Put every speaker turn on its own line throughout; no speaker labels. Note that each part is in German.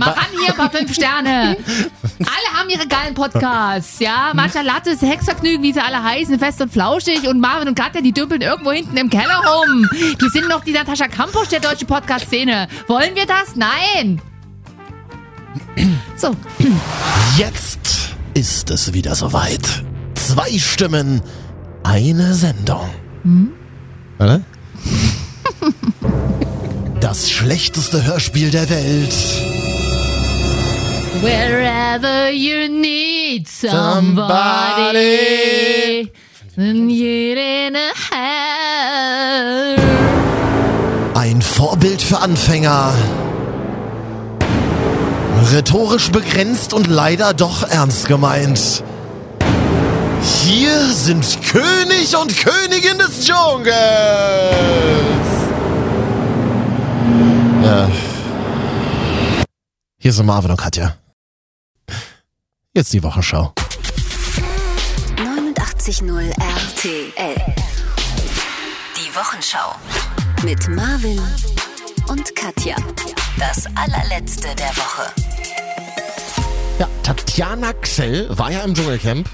Mach an hier ein paar fünf Sterne. Alle haben ihre geilen Podcasts, ja. Matcha Lattes, Hexvergnügen, wie sie alle heißen, fest und flauschig. Und Marvin und Katja, die dümpeln irgendwo hinten im Keller rum. Die sind noch die Natascha Kampusch der deutschen Podcast-Szene. Wollen wir das? Nein. So,
Jetzt ist es wieder soweit. Zwei Stimmen, eine Sendung.
Warte.
Das schlechteste Hörspiel der Welt.
Wherever you need somebody, then you need a hand.
Ein Vorbild für Anfänger. Rhetorisch begrenzt und leider doch ernst gemeint. Hier sind König und Königin des Dschungels. Ja. Äh. Hier sind Marvin und Katja. Jetzt die Wochenschau.
89.0 RTL. Die Wochenschau. Mit Marvin und Katja. Das allerletzte der Woche.
Ja, Tatjana Xell war ja im Dschungelcamp.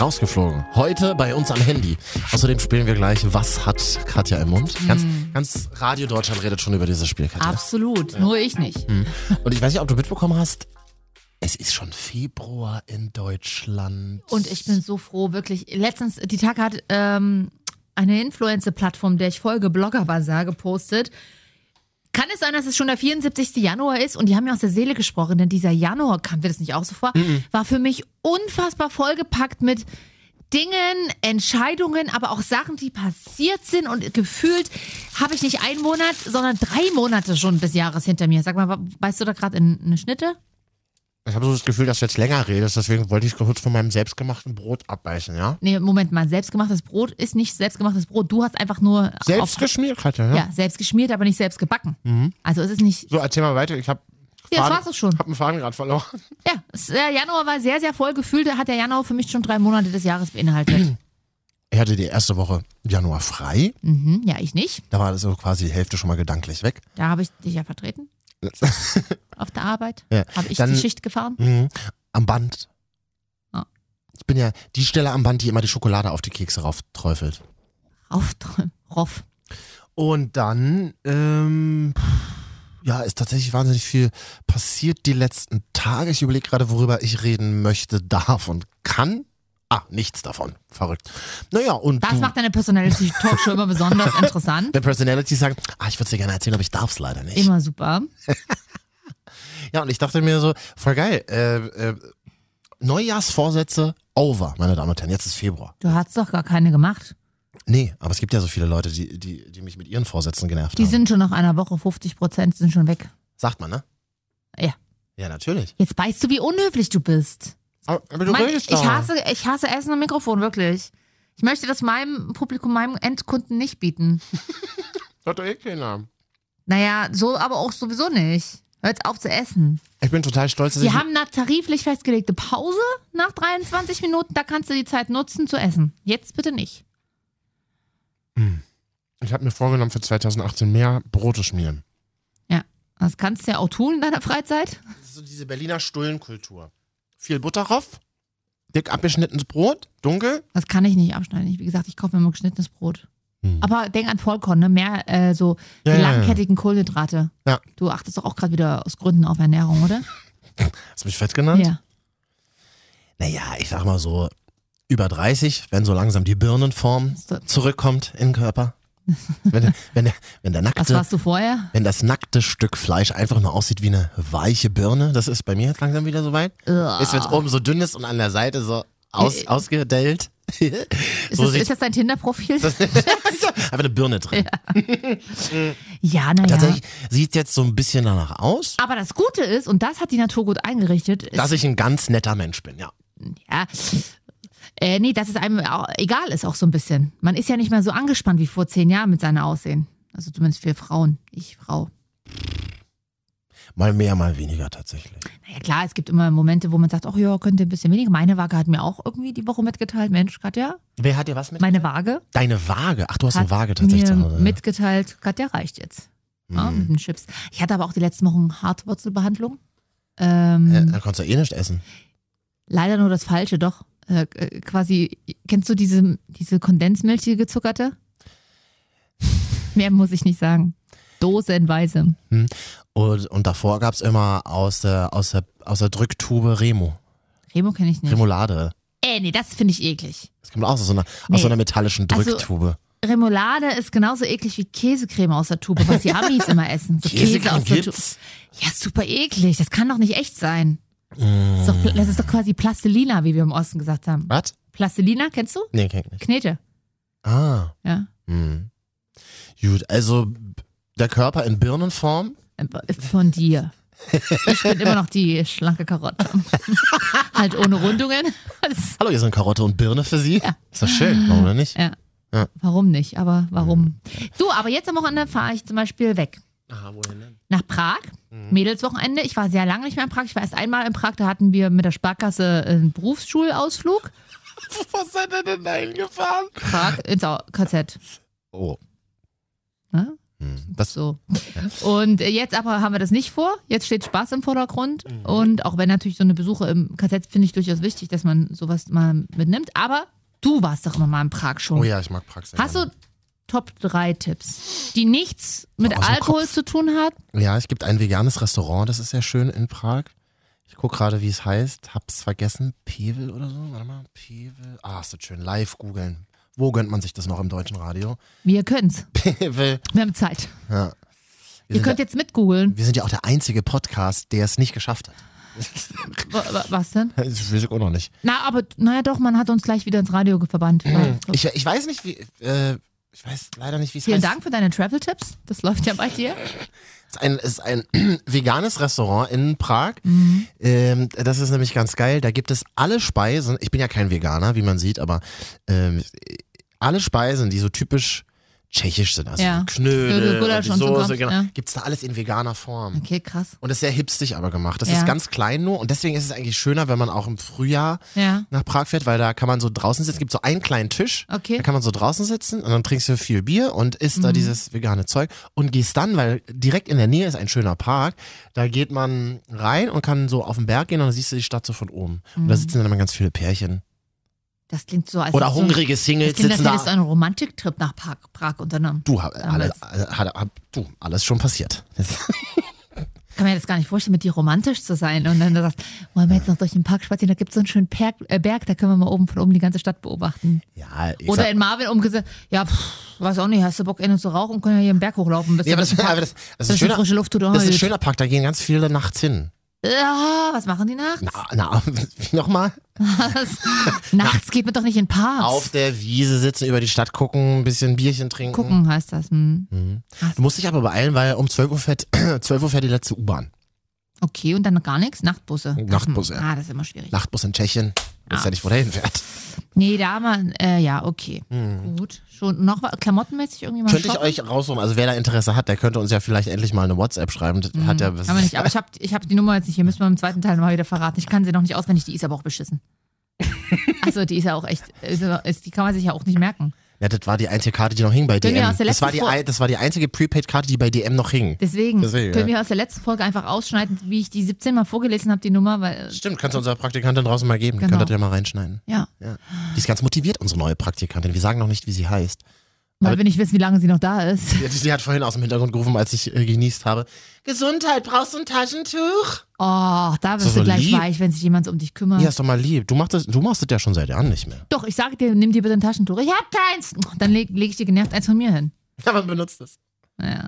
Rausgeflogen. Heute bei uns am Handy. Außerdem spielen wir gleich Was hat Katja im Mund? Ganz, ganz Radio Deutschland redet schon über dieses Spiel, Katja.
Absolut, nur ich nicht.
Und ich weiß nicht, ob du mitbekommen hast, es ist schon Februar in Deutschland.
Und ich bin so froh, wirklich. Letztens, die Tag hat ähm, eine Influencer-Plattform, der ich folge, Blogger Bazaar, gepostet. Kann es sein, dass es schon der 74. Januar ist? Und die haben mir aus der Seele gesprochen, denn dieser Januar, kam dir das nicht auch so vor, war für mich unfassbar vollgepackt mit Dingen, Entscheidungen, aber auch Sachen, die passiert sind. Und gefühlt habe ich nicht einen Monat, sondern drei Monate schon bis Jahres hinter mir. Sag mal, weißt du da gerade in- eine Schnitte?
Ich habe so das Gefühl, dass du jetzt länger redest, deswegen wollte ich kurz von meinem selbstgemachten Brot abbeißen, ja?
Nee, Moment mal, selbstgemachtes Brot ist nicht selbstgemachtes Brot. Du hast einfach nur auf,
Selbstgeschmiert, Katja, ne?
ja, selbst geschmiert, aber nicht selbst gebacken.
Mhm.
Also es ist nicht.
So, erzähl mal weiter. Ich habe
Ja, das war's auch schon.
hab einen Faden gerade verloren.
Ja, es, der Januar war sehr, sehr voll gefühlt. Da hat der Januar für mich schon drei Monate des Jahres beinhaltet.
Ich hatte die erste Woche Januar frei.
mhm, ja, ich nicht.
Da war das so quasi die Hälfte schon mal gedanklich weg.
Da habe ich dich ja vertreten. auf der Arbeit.
Ja,
Habe ich
dann-
die Schicht gefahren.
Mhm. Am Band.
Ah.
Ich bin ja die Stelle am Band, die immer die Schokolade auf die Kekse raufträufelt.
Auf, roff.
Und dann, ähm, ja, ist tatsächlich wahnsinnig viel passiert die letzten Tage. Ich überlege gerade, worüber ich reden möchte, darf und kann. Ah, nichts davon. Verrückt. Naja, und
Das
du,
macht deine Personality Talkshow immer besonders interessant.
der Personality sagt, ah, ich würde dir gerne erzählen, aber ich darf es leider nicht.
Immer super.
Ja, und ich dachte mir so, voll geil. Äh, äh, Neujahrsvorsätze over, meine Damen und Herren. Jetzt ist Februar.
Du hast doch gar keine gemacht.
Nee, aber es gibt ja so viele Leute, die, die, die mich mit ihren Vorsätzen genervt
Die
haben.
sind schon nach einer Woche, 50 Prozent sind schon weg.
Sagt man, ne?
Ja.
Ja, natürlich.
Jetzt weißt du, wie unhöflich du bist.
Aber, aber du
Mann,
redest
ich
doch.
hasse, ich hasse Essen am Mikrofon, wirklich. Ich möchte das meinem Publikum, meinem Endkunden nicht bieten.
Hat doch eh keiner.
Naja, so aber auch sowieso nicht. Hört auf zu essen.
Ich bin total stolz, dass
Wir
Also ich.
haben eine tariflich festgelegte Pause nach 23 Minuten. Da kannst du die Zeit nutzen zu essen. Jetzt bitte nicht.
ich habe mir vorgenommen, für 2018 mehr Brote schmieren.
Das kannst du ja auch tun in deiner Freizeit.
Das ist so diese Berliner Stullenkultur. Viel Butter drauf, dick abgeschnittenes Brot, dunkel.
Das kann ich nicht abschneiden. Ich, wie gesagt, ich kaufe mir immer geschnittenes Brot.
Hm.
Aber denk an Vollkorn, ne? Mehr äh, so
Ja,
die
ja, ja.
langkettigen Kohlenhydrate.
Ja.
Du achtest doch auch gerade wieder aus Gründen auf Ernährung, oder?
Hast du mich fett genannt?
Ja.
Naja, ich sag mal so, über 30, wenn so langsam die Birnenform
Ist das-
zurückkommt in den Körper. Wenn, der- wenn, der, wenn, der
Was
nackte,
warst du vorher?
wenn das nackte Stück Fleisch einfach nur aussieht wie eine weiche Birne, das ist bei mir jetzt langsam wieder soweit. Ist, wenn
Ah.
es oben so dünn ist und an der Seite so aus,
Äh,
ausgedellt.
Ist,
so
das,
sieht's-
ist das dein Tinder-Profil?
Einfach eine Birne drin.
Ja, naja.
Tatsächlich sieht jetzt so ein bisschen danach aus,
Aber das Gute ist, und das hat die Natur gut eingerichtet, ist,
dass ich ein ganz netter Mensch bin, ja.
ja, äh, nee, dass es einem auch egal ist, auch so ein bisschen. Man ist ja nicht mehr so angespannt wie vor zehn Jahren mit seinem Aussehen. Also zumindest für Frauen. Ich Frau.
Mal mehr, mal weniger tatsächlich.
Naja, klar, es gibt immer Momente, wo man sagt, ach ja, könnte ein bisschen weniger. Meine Waage hat mir auch irgendwie die Woche mitgeteilt. Mensch, Katja,
Wer hat dir was mit?
meine Waage
Deine Waage. Ach, du hast
hat
eine Waage tatsächlich
mir
zu Hause. Mhm.
mitgeteilt, Katja reicht jetzt. ja, mit den Chips. Ich hatte aber auch die letzten Wochen Hartwurzelbehandlung. Ähm,
Ja, da konntest du eh nicht essen.
Leider nur das Falsche, doch. Äh, äh, quasi, kennst du diese, diese Kondensmilch, die gezuckerte? Mehr muss ich nicht sagen. Dosenweise.
Und, und davor gab es immer aus der, aus, der, aus der Drücktube Remo.
Remo kenne ich nicht.
Remoulade.
Äh, nee, das finde ich eklig.
Das kommt auch aus so einer,
Nee.
aus so einer metallischen
Also,
Drücktube.
Remoulade ist genauso eklig wie Käsecreme aus der Tube, was die Amis immer essen. So Käse aus der Tube.
gibt's?
Ja, super eklig. Das kann doch nicht echt sein.
Mhm.
Das ist doch, das ist doch quasi Plastilina, wie wir im Osten gesagt haben.
Was?
Plastilina, kennst du?
Nee, kenn ich nicht.
Knete,
Ah.
ja.
Hm. Gut, also der Körper in Birnenform.
Von dir. Ich bin immer noch die schlanke Karotte. halt ohne Rundungen. Das-
Hallo, hier sind Karotte und Birne für Sie. Ist das schön, warum denn nicht?
Ja.
Ja.
Warum nicht? Aber warum? Du, aber jetzt am Wochenende fahre ich zum Beispiel weg.
Aha, wohin denn?
Nach Prag. Mädelswochenende. Ich war sehr lange nicht mehr in Prag. Ich war erst einmal in Prag. Da hatten wir mit der Sparkasse einen Berufsschulausflug.
Wo seid ihr denn da hingefahren?
Prag ins Au- KZ.
Oh.
Ne?
Hm, Das,
So. Und äh, jetzt aber haben wir das nicht vor. Jetzt steht Spaß im Vordergrund. Und auch wenn natürlich so eine Besuche im KZ finde ich durchaus wichtig, dass man sowas mal mitnimmt. Aber du warst doch immer mal in Prag schon.
oh ja, ich mag Praxis.
Hast du Top 3 Tipps, die nichts mit
Aus dem
Alkohol
Kopf.
zu tun hat?
Ja, es gibt ein veganes Restaurant, das ist sehr schön in Prag. Ich gucke gerade, wie es heißt. Hab's vergessen. Pevel oder so. Warte mal. Pevel. Ah, ist das schön. Live googeln. Wo gönnt man sich das noch im deutschen Radio?
Wir können's.
Pevel.
Wir haben Zeit.
Ja. Wir,
Ihr
sind
könnt
ja,
jetzt mitgoogeln.
wir sind ja auch der einzige Podcast, der es nicht geschafft hat.
W- w- Was denn?
Das weiß ich auch noch nicht.
Na, aber, naja, doch, man hat uns gleich wieder ins Radio verbannt.
Mhm. Ich, ich weiß nicht, wie. Äh, ich weiß leider nicht, wie es
Vielen
heißt.
Dank für deine Travel-Tipps. Das läuft ja bei dir.
Es ist ein, es ist ein veganes Restaurant in Prag.
Mhm.
Ähm, das ist nämlich ganz geil. Da gibt es alle Speisen. Ich bin ja kein Veganer, wie man sieht, aber ähm, alle Speisen, die so typisch tschechisch sind. Also
Ja. Knödel,
Knödel, und
Gulasch
die
und so Kram,
Soße, genau.
ja.
Gibt es da alles in veganer Form.
Okay, krass.
Und das ist sehr hipstig aber gemacht. Das
Ja.
ist ganz klein nur und deswegen ist es eigentlich schöner, wenn man auch im Frühjahr
Ja.
nach Prag fährt, weil da kann man so draußen sitzen. Es gibt so einen kleinen Tisch,
Okay. Mhm.
da kann man so draußen sitzen und dann trinkst du viel Bier und isst da dieses vegane Zeug und gehst dann, weil direkt in der Nähe ist ein schöner Park, da geht man rein und kann so auf den Berg gehen und dann siehst du die Stadt so von oben. Und da sitzen dann immer ganz viele Pärchen.
Das klingt so, als
Oder
ob Mhm. so-
hungrige Singles
Das klingt, als
sitzen
hättest du
da.
einen Romantiktrip nach Prag, Prag unternommen.
Du, hab, alle,
Damals.
hab, hab, du, alles schon passiert.
Kann mir das gar nicht vorstellen, mit dir romantisch zu sein. Und dann du sagst, wollen wir jetzt noch durch den Park spazieren? Da gibt es so einen schönen Berg, äh, Berg, da können wir mal oben von oben die ganze Stadt beobachten.
ja, ich
Oder
sag-
in Marvin umgesetzt, ja, pff, weiß auch nicht, hast du Bock, innen zu rauchen, können wir hier einen Berg hochlaufen. Bis
ja, aber
zum
das,
Park.
aber das, das,
Bisschen
ist ein schöner,
frische Luft tut auch
das ist ein
gut.
schöner Park, da gehen ganz viele nachts hin.
Ja, was machen die nachts?
Na, na, wie nochmal?
Was? nachts geht man doch nicht in Parks.
Auf der Wiese sitzen, über die Stadt gucken, ein bisschen Bierchen trinken.
Gucken heißt das. Hm.
Du musst dich aber beeilen, weil um 12 Uhr fährt, 12 Uhr fährt die letzte U-Bahn.
Okay, und dann gar nichts? Nachtbusse.
Hm, Nachtbusse, ja.
Ah, das ist immer schwierig.
Nachtbus in Tschechien. Ist
Ah.
ja nicht, wo der hinfährt.
Nee, da mal, äh, ja, okay. Gut. Schon noch wa- klamottenmäßig irgendwie mal
Hm. Könnte ich
shoppen?
euch raussuchen, also wer da Interesse hat, der könnte uns ja vielleicht endlich mal eine WhatsApp schreiben. Das hat ja
Kann man Mhm. nicht, aber ich habe ich hab die Nummer jetzt nicht. Hier müssen wir im zweiten Teil nochmal wieder verraten. Ich kann sie noch nicht auswendig. Die ist aber auch beschissen. Also die ist ja auch echt, ist, ja- ist, die kann man sich ja auch nicht merken.
Ja, das war die einzige Karte, die noch hing bei
Können wir
DM.
aus der
Das war,
letzten
die,
Vor-
ein- das war die einzige Prepaid-Karte, die bei DM noch hing.
Deswegen,
Deswegen,
können
ja.
wir aus der letzten Folge einfach ausschneiden, wie ich die 17 mal vorgelesen habe, die Nummer, weil äh,
Stimmt, kannst du unserer Praktikantin draußen mal geben.
Genau.
Könnt ihr das ja mal reinschneiden.
ja,
Ja. Die ist ganz motiviert, unsere neue Praktikantin. Wir sagen noch nicht, wie sie heißt.
weil
Aber-
wir nicht wissen, wie lange sie noch da ist.
Ja, Sie hat vorhin aus dem Hintergrund gerufen, als ich äh, genießt habe. Gesundheit, brauchst du ein Taschentuch?
Oh, da wirst
So
du gleich
lieb.
weich, wenn sich jemand um dich kümmert.
Ja, ist doch mal lieb. Du machst das, du machst das ja schon seit Jahren nicht mehr.
Doch, ich sage dir, nimm dir bitte ein Taschentuch. Ich hab keins. Dann lege leg ich dir genervt eins von mir hin.
Aber benutzt es.
Ja.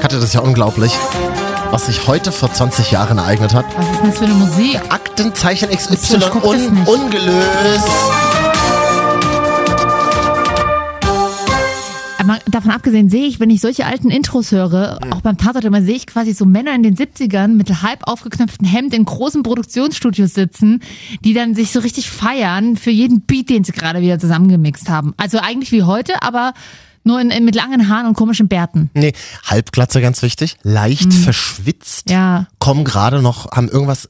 Katja, das ist ja unglaublich, was sich heute vor 20 Jahren ereignet hat.
Was ist denn das für eine Musik?
Aktenzeichen
So,
XY
ich guck das
un
nicht.
ungelöst.
Aber davon abgesehen sehe ich, wenn ich solche alten Intros höre, auch beim Tatort immer, sehe ich quasi so Männer in den 70ern mit halb aufgeknöpften Hemd in großen Produktionsstudios sitzen, die dann sich so richtig feiern für jeden Beat, den sie gerade wieder zusammengemixt haben. Also eigentlich wie heute, aber nur in, in, mit langen Haaren und komischen Bärten.
Nee, Halbglatze ganz wichtig. Leicht verschwitzt.
Hm. Ja.
Kommen gerade noch, haben irgendwas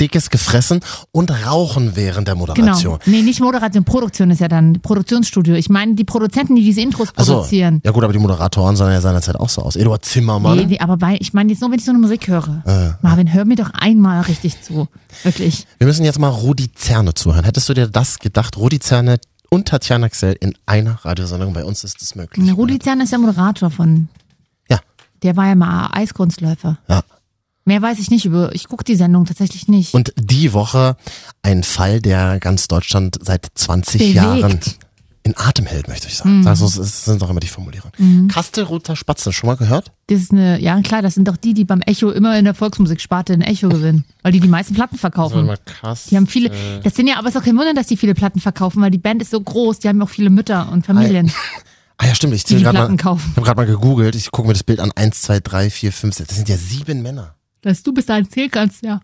dickes gefressen und rauchen während der Moderation.
Genau. Nee, nicht Moderation, Produktion ist ja dann Produktionsstudio. Ich meine die Produzenten, die diese Intros
Also,
produzieren.
Ja gut, aber die Moderatoren sahen ja seinerzeit auch so aus. Eduard Zimmermann.
Nee, nee, aber bei, ich meine jetzt nur, wenn ich so eine Musik höre. Marvin, hör mir doch einmal richtig zu. Wirklich.
Wir müssen jetzt mal Rudi Zerne zuhören. Hättest du dir das gedacht? Rudi Zerne und Tatjana Xell in einer Radiosendung. Bei uns ist das möglich.
Rudi Zern ist der Moderator von.
Ja.
Der war ja mal Eiskunstläufer.
Ja.
Mehr weiß ich nicht über. Ich gucke die Sendung tatsächlich nicht.
Und die Woche ein Fall, der ganz Deutschland seit 20
Bewegt. Mhm.
Jahren in Atem hält, möchte ich sagen. Also es ist- sind doch immer die Formulierungen. Kastelruther Spatzen, schon mal gehört?
das ist eine, ja klar, das sind doch die, die beim Echo immer in der Volksmusiksparte ein Echo gewinnen, weil die die meisten Platten verkaufen.
Also,
Die haben viele, das sind ja, aber es ist auch kein Wunder, dass die viele Platten verkaufen, weil die Band ist so groß, die haben auch viele Mütter und Familien.
Ah ja, stimmt. Ich
Die
zähle
die
gerade mal.
Platten
Ich
kaufen.
habe gerade mal gegoogelt. Ich gucke mir das Bild an. Eins, zwei, drei, vier, fünf, sechs. Das sind ja sieben Männer.
Dass du bis dahin zählen kannst, ja.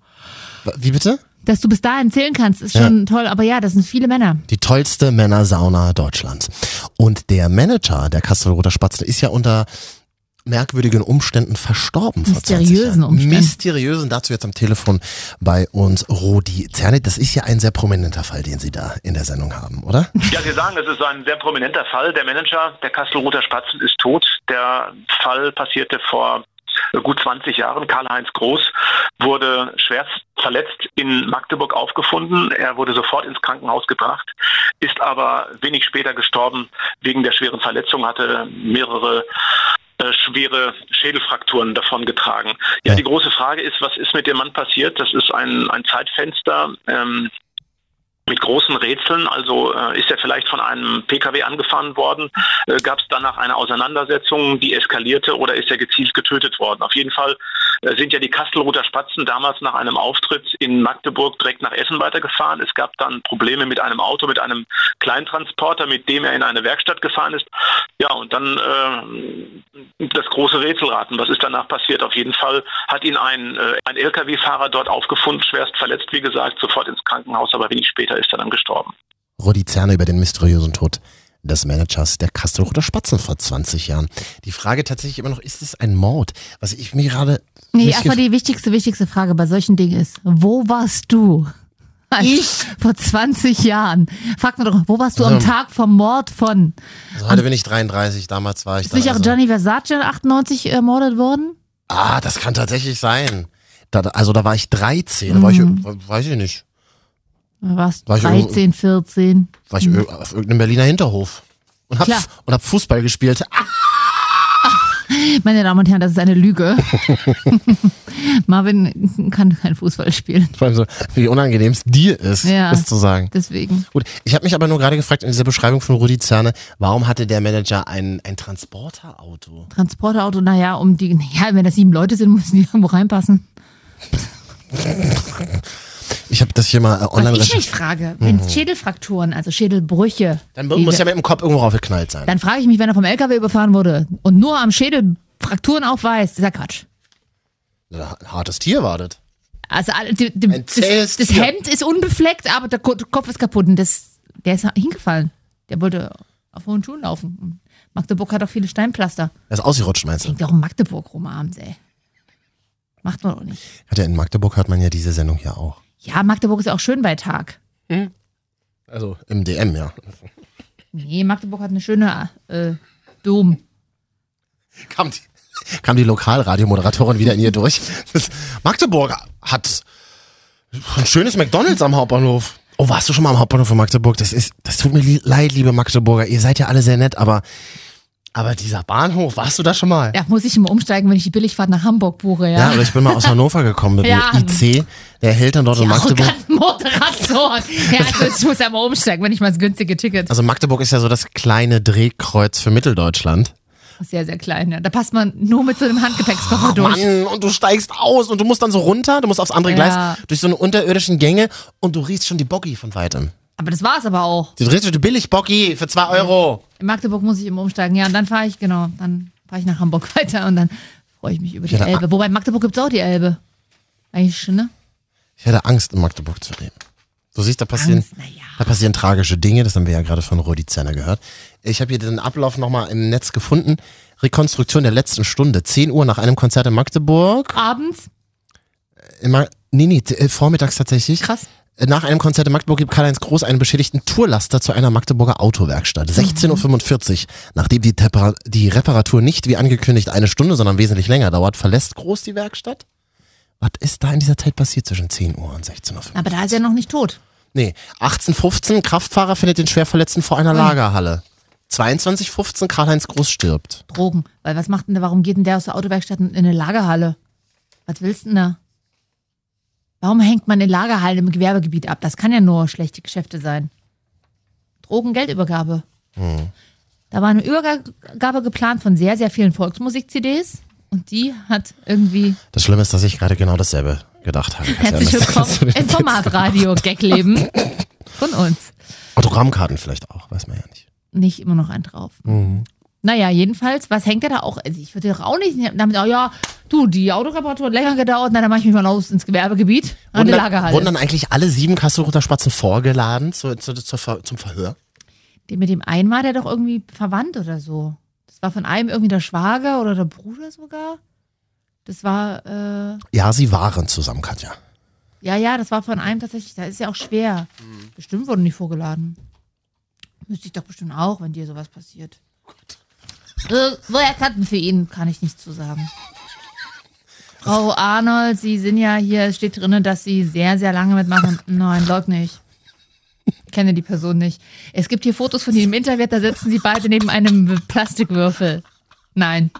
Wa- Wie bitte?
Dass du bis dahin zählen kannst, ist schon toll, aber ja, das sind viele Männer.
Die tollste Männersauna Deutschlands. Und der Manager der Kastelroter Spatzen ist ja unter merkwürdigen Umständen verstorben. vor 20
Mysteriösen
Jahren.
Umständen.
Mysteriösen, dazu jetzt am Telefon bei uns Rodi Zerne. Das ist ja ein sehr prominenter Fall, den Sie da in der Sendung haben, oder?
Ja, Sie sagen, es ist ein sehr prominenter Fall. Der Manager der Kastelroter Spatzen ist tot. Der Fall passierte vor gut 20 Jahren. Karl-Heinz Groß wurde schwerst verletzt in Magdeburg aufgefunden. Er wurde sofort ins Krankenhaus gebracht, ist aber wenig später gestorben wegen der schweren Verletzung, hatte mehrere äh, schwere Schädelfrakturen davon getragen. Ja,
Ja.
die große Frage ist, was ist mit dem Mann passiert? Das ist ein, ein Zeitfenster. Ähm, mit großen Rätseln. Also äh, ist er vielleicht von einem Pkw angefahren worden? Äh, Gab es danach eine Auseinandersetzung, die eskalierte oder ist er gezielt getötet worden? Auf jeden Fall äh, sind ja die Kastelroter Spatzen damals nach einem Auftritt in Magdeburg direkt nach Essen weitergefahren. Es gab dann Probleme mit einem Auto, mit einem Kleintransporter, mit dem er in eine Werkstatt gefahren ist. Ja, und dann äh, das große Rätselraten. Was ist danach passiert? Auf jeden Fall hat ihn ein, äh, ein Lkw-Fahrer dort aufgefunden, schwerst verletzt, wie gesagt, sofort ins Krankenhaus, aber wenig später ist er dann gestorben.
Rudi Zerne über den mysteriösen Tod des Managers der Kastelroter Spatzen vor 20 Jahren. Die Frage tatsächlich immer noch, ist es ein Mord? Was ich mir gerade...
Nee,
mich
erstmal die wichtigste, wichtigste Frage bei solchen Dingen ist, wo warst du? Ich? Vor 20 Jahren. Frag mir doch, wo warst du am
Also-
Tag vom Mord von?
Also heute bin ich 33, damals war ich
Ist nicht
dann
auch
also-
Johnny Versace 98 ermordet worden?
Ah, das kann tatsächlich sein. Da, da- also da war ich 13, da war ich,
Mhm.
weiß ich nicht,
Da warst du
War ich
13, 14.
war ich ir- auf irgendeinem Berliner Hinterhof und hab,
Klar.
und hab Fußball gespielt. Ah,
Meine Damen und Herren, das ist eine Lüge. Marvin kann kein Fußball spielen.
vor allem so, wie unangenehm es dir ist,
Ja.
das zu sagen.
Deswegen.
Gut, ich habe mich aber nur gerade gefragt in dieser Beschreibung von Rudi Zerne, warum hatte der Manager ein, ein Transporterauto?
Transporterauto, naja, um die, ja, wenn das sieben Leute sind, müssen die irgendwo reinpassen.
Ich habe das hier mal äh,
Was
online
ich
recherchiert.
mich frage, wenn es Schädelfrakturen, also Schädelbrüche,
Dann
die-
muss ja mit dem Kopf irgendwo raufgeknallt sein.
dann frage ich mich, wenn er vom LKW überfahren wurde und nur am Schädel Frakturen aufweist, ist ja Quatsch.
Ein hartes Tier wartet.
Also all- die, die,
Ein zähes
das, das
Tier.
Hemd ist unbefleckt, aber der Ko- der Kopf ist kaputt und das, der ist hingefallen. Der wollte auf hohen Schuhen laufen. Magdeburg hat auch viele Steinpflaster.
Er ist ausgerutscht, meinst du?
Hängt auch in Magdeburg rum abends, ey. Macht man doch nicht.
Hat ja in Magdeburg hört man ja diese Sendung hier auch.
Ja, Magdeburg ist auch schön bei Tag.
Also im DM, ja.
Nee, Magdeburg hat eine schöne äh, Dom.
kam die, kam die Lokalradiomoderatorin wieder in ihr durch. Das Magdeburg hat ein schönes McDonalds am Hauptbahnhof. Oh, warst du schon mal am Hauptbahnhof von Magdeburg? Das ist, das tut mir li- leid, liebe Magdeburger. Ihr seid ja alle sehr nett, aber, aber dieser Bahnhof, warst du da schon mal?
Da muss ich immer umsteigen, wenn ich die Billigfahrt nach Hamburg buche,
Ja,
ja.
aber ich bin mal aus Hannover gekommen mit
Ja.
dem IC. Der hält dann dort in
die
Magdeburg.
arroganten Moderatoren. Ja, also ich muss einmal umsteigen, wenn ich mal das günstige Ticket.
Also Magdeburg ist ja so das kleine Drehkreuz für Mitteldeutschland.
Sehr, sehr klein, ja. Da passt man nur mit so einem Handgepäckskoffer durch.
Oh, Mann, und du steigst aus und du musst dann so runter, du musst aufs andere
Ja.
Gleis, durch so eine unterirdischen Gänge und du riechst schon die Boggy von weitem.
Aber das war's aber auch.
Die dritte Tüte billig, Bocky, für 2 Euro.
In Magdeburg muss ich immer umsteigen. Ja, und dann fahre ich, genau, dann fahre ich nach Hamburg weiter und dann freue ich mich über die
Ja, da-
Elbe. Wobei in Magdeburg gibt's auch die Elbe. Eigentlich schon, ne?
Ich hätte Angst, in Magdeburg zu leben. Du siehst, da passieren,
Angst, na ja.
da passieren tragische Dinge. Das haben wir ja gerade von Rudi Zerner gehört. Ich habe hier den Ablauf nochmal im Netz gefunden. Rekonstruktion der letzten Stunde. 10 Uhr nach einem Konzert in Magdeburg.
Abends?
In Ma Nee, nee, t- äh, vormittags tatsächlich. Äh,
Krass.
Nach einem Konzert in Magdeburg gibt Karl-Heinz Groß einen beschädigten Tourlaster zu einer Magdeburger
Mhm.
Autowerkstatt. 16.45 Uhr. Nachdem die, Tepa- die Reparatur nicht wie angekündigt eine Stunde, sondern wesentlich länger dauert, verlässt Groß die Werkstatt. Was ist da in dieser Zeit passiert zwischen 10 Uhr und 16.45 Uhr?
Aber da ist er noch nicht tot.
Nee, 18.15 Kraftfahrer findet den Schwerverletzten vor einer Lagerhalle. 22.15 Karl-Heinz Groß stirbt.
Drogen. Weil was macht denn da, warum geht denn der aus der Autowerkstatt in eine Lagerhalle? Was willst du denn da? Warum hängt man in Lagerhallen im Gewerbegebiet ab? Das kann ja nur schlechte Geschäfte sein. Drogen, Geldübergabe.
Hm.
Da war eine Übergabe geplant von sehr, sehr vielen Volksmusik-CDs und die hat irgendwie
Das Schlimme ist, dass ich gerade genau dasselbe gedacht habe.
herzlich willkommen im Formatradio Gagleben von uns.
Autogrammkarten vielleicht auch, weiß man ja nicht.
nicht immer noch einen drauf. Naja, jedenfalls, was hängt er da auch? Also ich würde doch auch nicht damit, oh ja, du, die Autoreparatur hat länger gedauert, na dann mache ich mich mal los ins Gewerbegebiet an die halt.
Wurden dann-
Lagerhalle.
Wurden dann eigentlich alle sieben Kasselroter Spatzen vorgeladen zu, zu, zur Ver, zum Verhör?
Den mit dem einen war der doch irgendwie verwandt oder so. Das war von einem irgendwie der Schwager oder der Bruder sogar. Das war, äh,
Ja, sie waren zusammen, Katja.
ja, ja, das war von einem tatsächlich, da ist ja auch schwer.
Mhm.
Bestimmt wurden die vorgeladen. Müsste ich doch bestimmt auch, wenn dir sowas passiert.
Oh
Äh, woher kannten für ihn, kann ich nicht zu sagen. Frau Arnold, Sie sind ja hier, es steht drin, dass Sie sehr, sehr lange mitmachen. Nein, leugne ich. Ich Kenne die Person nicht. Es gibt hier Fotos von Ihnen im Internet, da sitzen Sie beide neben einem Plastikwürfel. Nein.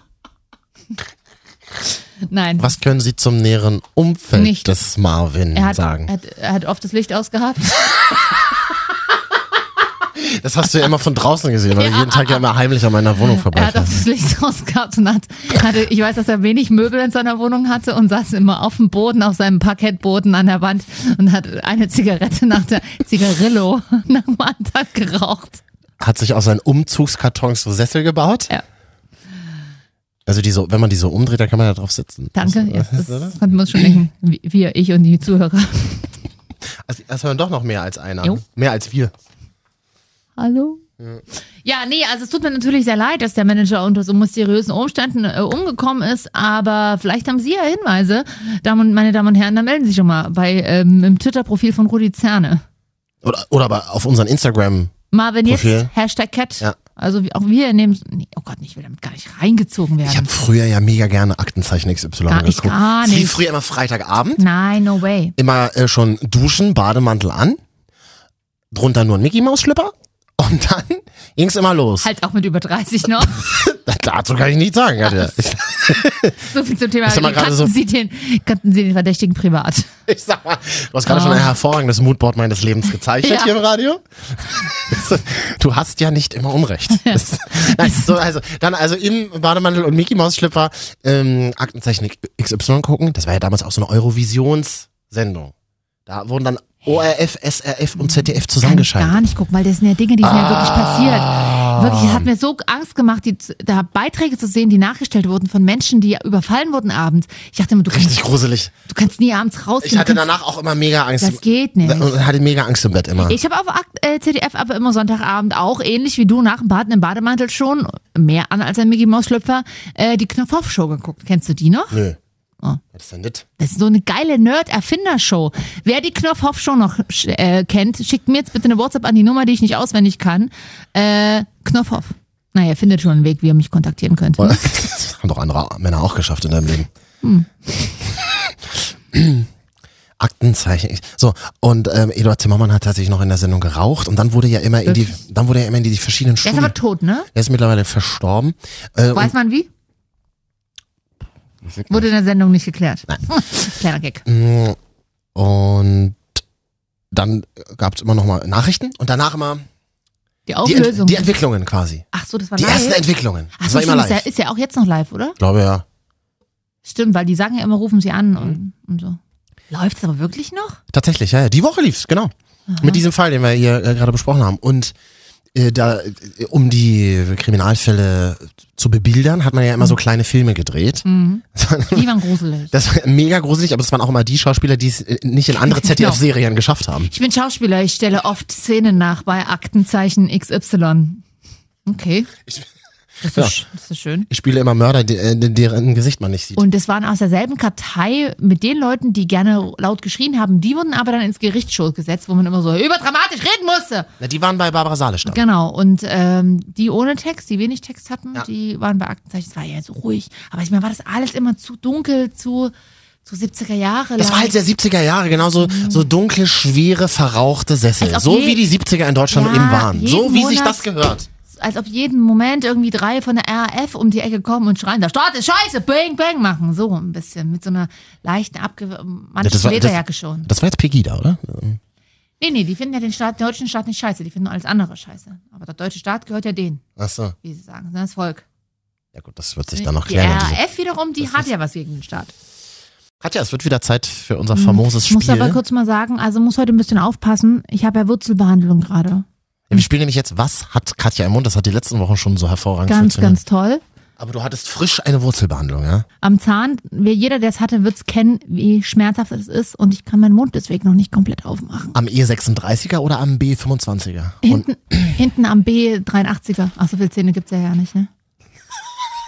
Nein.
Was können Sie zum näheren Umfeld
Nichts.
des Marvin
Er hat,
sagen?
er hat, er hat oft das Licht ausgehabt.
das hast du ja immer von draußen gesehen, weil er jeden Tag ja immer heimlich an meiner Wohnung
Er hat auch
vorbeifährt.
das Licht ausgehabt und hat, hatte, ich weiß, dass er wenig Möbel in seiner Wohnung hatte und saß immer auf dem Boden, auf seinem Parkettboden an der Wand und hat eine Zigarette nach der Zigarillo nach dem anderen geraucht.
Hat sich aus seinen Umzugskartons so Sessel gebaut.
Ja.
Also die so, wenn man die so umdreht, dann kann man da drauf sitzen.
Danke. Ja,
Das,
das konnten wir uns schon denken. Wie- Wir, ich und die Zuhörer.
also, das hören doch noch mehr als einer.
Jo.
Mehr als wir.
Hallo? Ja, nee, also es tut mir natürlich sehr leid, dass der Manager unter so mysteriösen Umständen äh, umgekommen ist, aber vielleicht haben Sie ja Hinweise, Damen, und- meine Damen und Herren, dann melden Sie sich schon mal bei ähm, im Twitter-Profil von Rudi Zerne.
Oder, oder aber auf unseren Instagram.
Marvin jetzt,
Profil.
Hashtag Cat.
Ja.
Also wie- auch wir nehmen nee, Oh Gott, ich will damit gar nicht reingezogen
Ich
werden.
habe früher ja mega gerne Aktenzeichen XY
Gar nicht,
geguckt.
gar
Es lief
nicht.
früher immer Freitagabend.
Nein, no way.
immer äh, schon duschen, Bademantel an, drunter nur ein Mickey Maus Schlipper und dann ging's immer los.
Halt auch mit über 30 noch.
Dazu kann ich nichts sagen, Katja. Ich,
So viel zum Thema.
Ist doch mal
kannten,
gerade so-
Sie den, kannten Sie den Verdächtigen privat?
ich sag mal, du hast gerade schon ein hervorragendes Moodboard meines Lebens gezeichnet
Ah. Ja.
hier im Radio. Du hast ja nicht immer Unrecht. Das- Nein, so, also, dann also im Bademantel und Mickey Maus Schlipper ähm, Aktenzeichen XY gucken. Das war ja damals auch so eine Eurovisionssendung. Da wurden dann ORF, SRF und ZDF zusammengeschaltet.
Gar nicht gucken, weil das sind ja Dinge, die sind ja wirklich
Ah.
passiert. Wirklich, es hat mir so Angst gemacht, die, da Beiträge zu sehen, die nachgestellt wurden von Menschen, die überfallen wurden abends. Ich dachte immer, du
Richtig
kannst,
gruselig.
du kannst nie abends rausgehen.
Ich hatte
du kannst,
danach auch immer mega Angst.
Das geht nicht.
Und hatte mega Angst im Bett immer.
Ich habe auf Akt- äh, ZDF aber immer Sonntagabend auch, ähnlich wie du, nach dem Baden im Bademantel schon, mehr an als ein Mickey Maus Schlüpfer, äh, die Knopfhoff-Show geguckt. Kennst du die noch?
Nö.
Oh.
Was ist denn das?
Das ist so eine geile Nerd-Erfinder-Show. Wer die Knopfhoff-Show noch sch- äh, kennt, schickt mir jetzt bitte eine WhatsApp an die Nummer, die ich nicht auswendig kann. Äh, Knopfhoff. Naja, ihr findet schon einen Weg, wie ihr mich kontaktieren könnt.
Das haben doch andere Männer auch geschafft in deinem Leben.
Hm.
Aktenzeichen. So, und ähm, Eduard Zimmermann hat tatsächlich noch in der Sendung geraucht und dann wurde ja immer in die, dann wurde ja immer in die, die verschiedenen
Der
Schulen.
ist aber tot, ne?
er ist mittlerweile verstorben. Äh, und
Weiß man wie? Wurde in der Sendung nicht geklärt. Kleiner Gag.
Mm, und dann gab es immer noch mal Nachrichten und danach immer
Die
die,
Auflösung.
Ent die Entwicklungen quasi.
Ach so, das war
Die ersten
live.
Entwicklungen.
Ach
Das
so,
war
stimmt,
immer
ist, ja,
live. Ich
ist ja auch jetzt noch live, oder?
glaube ja.
Stimmt, weil die sagen ja immer, rufen sie an und, und so. Läuft es aber wirklich noch?
Tatsächlich, ja, ja. Die Woche lief's, genau. Mit diesem Fall, den wir hier äh, gerade besprochen haben. Und äh, da, äh, um die Kriminalfälle zu bebildern, hat man ja immer
Mhm.
so kleine Filme gedreht.
Die waren gruselig.
Das war mega gruselig, aber es waren auch immer die Schauspieler, die es äh, nicht in andere
Genau.
ZDF-Serien geschafft haben.
Ich bin Schauspieler, ich stelle oft Szenen nach bei Aktenzeichen XY. Okay. Das ist, das ist schön.
Ich spiele immer Mörder, die- äh, deren Gesicht man nicht sieht.
Und es waren aus derselben Kartei mit den Leuten, die gerne laut geschrien haben. Die wurden aber dann ins Gericht schuld gesetzt, wo man immer so überdramatisch reden musste.
Na, die waren bei Barbara Salestand.
Genau. Und ähm, die ohne Text, die wenig Text hatten,
Ja.
die waren bei Aktenzeichen. Es war ja so ruhig. Aber ich meine, war das alles immer zu dunkel, zu, zu 70er Jahre?
Das war halt der 70er Jahre, genau so, so dunkle, schwere, verrauchte Sessel.
Mhm. Als ob
So
je-
wie die 70er in Deutschland
Ja,
eben waren.
jeden
So wie sich
Monat-
das gehört.
als ob jeden Moment irgendwie drei von der RAF um die Ecke kommen und schreien, der Staat ist scheiße, bang, bang machen. So ein bisschen, mit so einer leichten, ähm,
Ja, das
abgewandten
war-
Lederjacke schon.
Das war jetzt Pegida, oder?
Nee, nee, die finden ja den Staat, den deutschen Staat nicht scheiße, die finden nur alles andere scheiße. Aber der deutsche Staat gehört ja denen,
Ach so.
wie sie sagen, ne, das Volk.
Ja gut, das wird sich dann noch
die
klären. diese-
RAF wiederum, die hat ja was gegen den Staat.
Katja, es wird wieder Zeit für unser famoses
Hm, Ich muss aber
Spiel.
kurz mal sagen, also muss heute ein bisschen aufpassen, ich habe ja Wurzelbehandlung gerade.
Wir spielen nämlich jetzt Was hat Katja im Mund? Das hat die letzten Wochen schon so hervorragend
Ganz,
funktioniert.
ganz toll.
Aber du hattest frisch eine Wurzelbehandlung, ja?
Am Zahn, wer jeder, der es hatte, wird es kennen, wie schmerzhaft es ist und ich kann meinen Mund deswegen noch nicht komplett aufmachen.
Am E36er oder am B25er? Und
Hinten, hinten am B83er. Ach, so viele Zähne gibt's ja ja nicht, ne?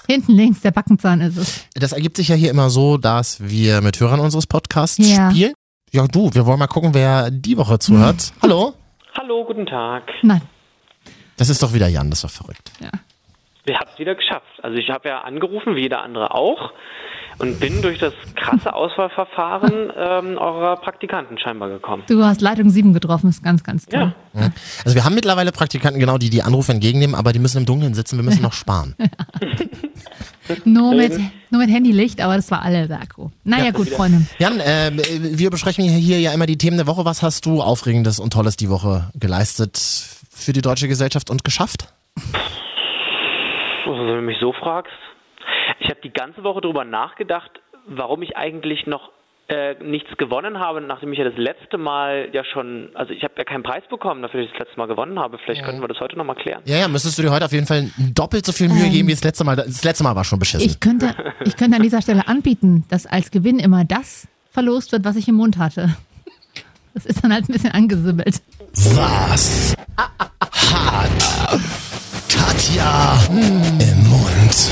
Hinten links, der Backenzahn ist es.
das ergibt sich ja hier immer so, dass wir mit Hörern unseres Podcasts
Ja.
spielen. Ja, du, wir wollen mal gucken, wer die Woche zuhört.
Hm.
Hallo?
Hallo, guten Tag.
Nein.
Das ist doch wieder Jan, das war verrückt.
Wir haben es wieder geschafft. Also ich habe ja angerufen, wie jeder andere auch, und bin durch das krasse Auswahlverfahren ähm, eurer Praktikanten scheinbar gekommen.
Du hast Leitung 7 getroffen, ist ganz, ganz toll.
Ja.
Also wir haben mittlerweile Praktikanten genau, die die Anrufe entgegennehmen, aber die müssen im Dunkeln sitzen, wir müssen noch sparen.
Nur, mit, nur mit Handylicht, aber das war alle der Akku. Naja, ja, gut, Freunde.
Jan, äh, wir besprechen ja hier ja immer die Themen der Woche. Was hast du Aufregendes und Tolles die Woche geleistet für die deutsche Gesellschaft und geschafft?
Also, wenn du mich so fragst, ich habe die ganze Woche darüber nachgedacht, warum ich eigentlich noch äh, nichts gewonnen habe, nachdem ich ja das letzte Mal ja schon, also ich habe ja keinen Preis bekommen, dafür, dass ich das letzte Mal gewonnen habe. Vielleicht könnten wir das heute nochmal klären.
Ja, ja, müsstest du dir heute auf jeden Fall doppelt so viel Mühe geben wie das letzte Mal. Das letzte Mal war schon beschissen.
Ich könnte, ich könnte an dieser Stelle anbieten, dass als Gewinn immer das verlost wird, was ich im Mund hatte. Das ist dann halt ein bisschen angesimmelt.
Was hat Katja Hm. im Mund?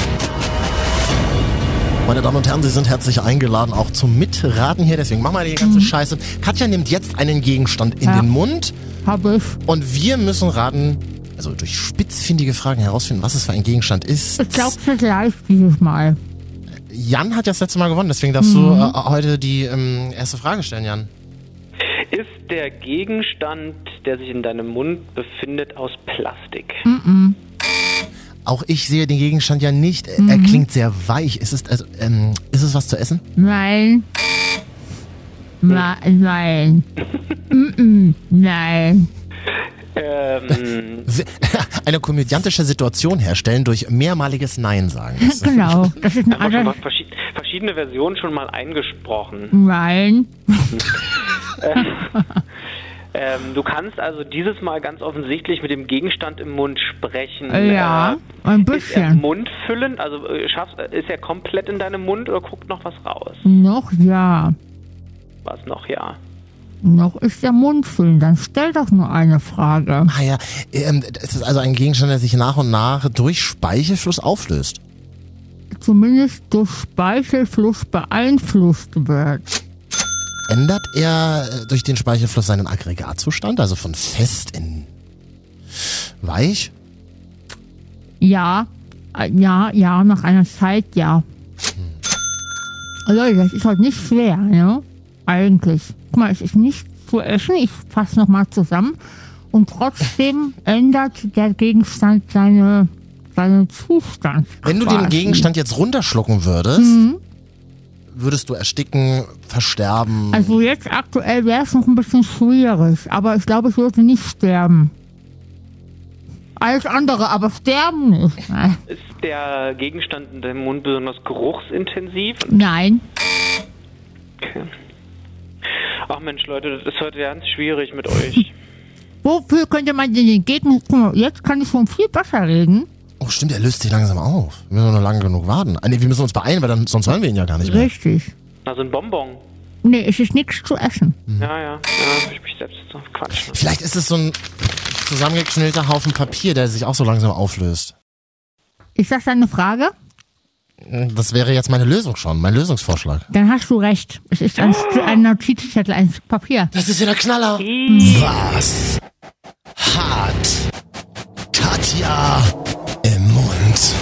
Meine Damen und Herren, Sie sind herzlich eingeladen, auch zum Mitraten hier. Deswegen machen wir die ganze Scheiße. Katja nimmt jetzt einen Gegenstand in
Ja.
den Mund
Habe ich.
und wir müssen raten, also durch spitzfindige Fragen herausfinden, was es für ein Gegenstand ist.
Ich glaube gleich dieses Mal.
Jan hat ja das letzte Mal gewonnen, deswegen darfst du äh, heute die ähm, erste Frage stellen, Jan.
Ist der Gegenstand, der sich in deinem Mund befindet, aus Plastik?
Auch ich sehe den Gegenstand ja nicht. Er- Er klingt sehr weich. Ist es, also, ähm, ist es was zu essen?
Nein. Ma- Nein. Mm -mm. Nein.
Ähm,
eine komödiantische Situation herstellen durch mehrmaliges Nein sagen. Das ist-
Genau. Das ist eine
haben wir schon mal
andere.
verschied verschiedene Versionen schon mal eingesprochen.
Nein.
Ähm, du kannst also dieses Mal ganz offensichtlich mit dem Gegenstand im Mund sprechen.
Ja.
Äh,
Ein
ist er
bisschen.
mundfüllend? Also äh, schaffst, äh, ist er komplett in deinem Mund oder guckt noch was raus?
Noch ja.
Was noch, ja.
Noch ist der Mund füll. Dann stell doch nur eine Frage.
Ah ja, ähm, es ist also ein Gegenstand, der sich nach und nach durch Speichelfluss auflöst.
Zumindest durch Speichelfluss beeinflusst wird.
Ändert er äh, durch den Speichelfluss seinen Aggregatzustand, also von fest in weich?
Ja. Äh, Ja, ja, nach einer Zeit ja. Leute, das ist halt nicht schwer, ne? Eigentlich. Guck mal, es ist nicht zu essen. Ich fasse nochmal zusammen. Und trotzdem ändert der Gegenstand seine, seinen Zustand.
Wenn du den
quasi.
Gegenstand jetzt runterschlucken würdest,
Mhm.
würdest du ersticken, versterben.
Also jetzt aktuell wäre es noch ein bisschen schwierig, aber ich glaube, ich würde nicht sterben. Alles andere, aber sterben nicht. Nein.
Ist der Gegenstand in deinem Mund besonders geruchsintensiv?
Nein.
Ach Mensch, Leute, das ist heute ganz schwierig mit euch.
Wofür könnte man denn den Gegenstand... Guck mal, Jetzt kann ich schon viel besser reden.
oh stimmt, er löst sich langsam auf. Wir müssen nur lang genug warten. Ah, nee, wir müssen uns beeilen, weil dann, sonst hören wir ihn ja gar nicht mehr.
Richtig.
Also ein Bonbon.
Nee, es ist nichts zu essen.
Ja, ja. ja ich mich selbst so Quatsch.
Vielleicht ist es so ein zusammengeknüllter Haufen Papier, der sich auch so langsam auflöst.
Ist das deine Frage?
Das wäre jetzt meine Lösung schon, mein Lösungsvorschlag.
Dann hast du recht. Es ist ein, St-
Ah.
ein Notizzettel, ein Stück Papier.
Das ist ja der Knaller. Was hat Katja im Mund?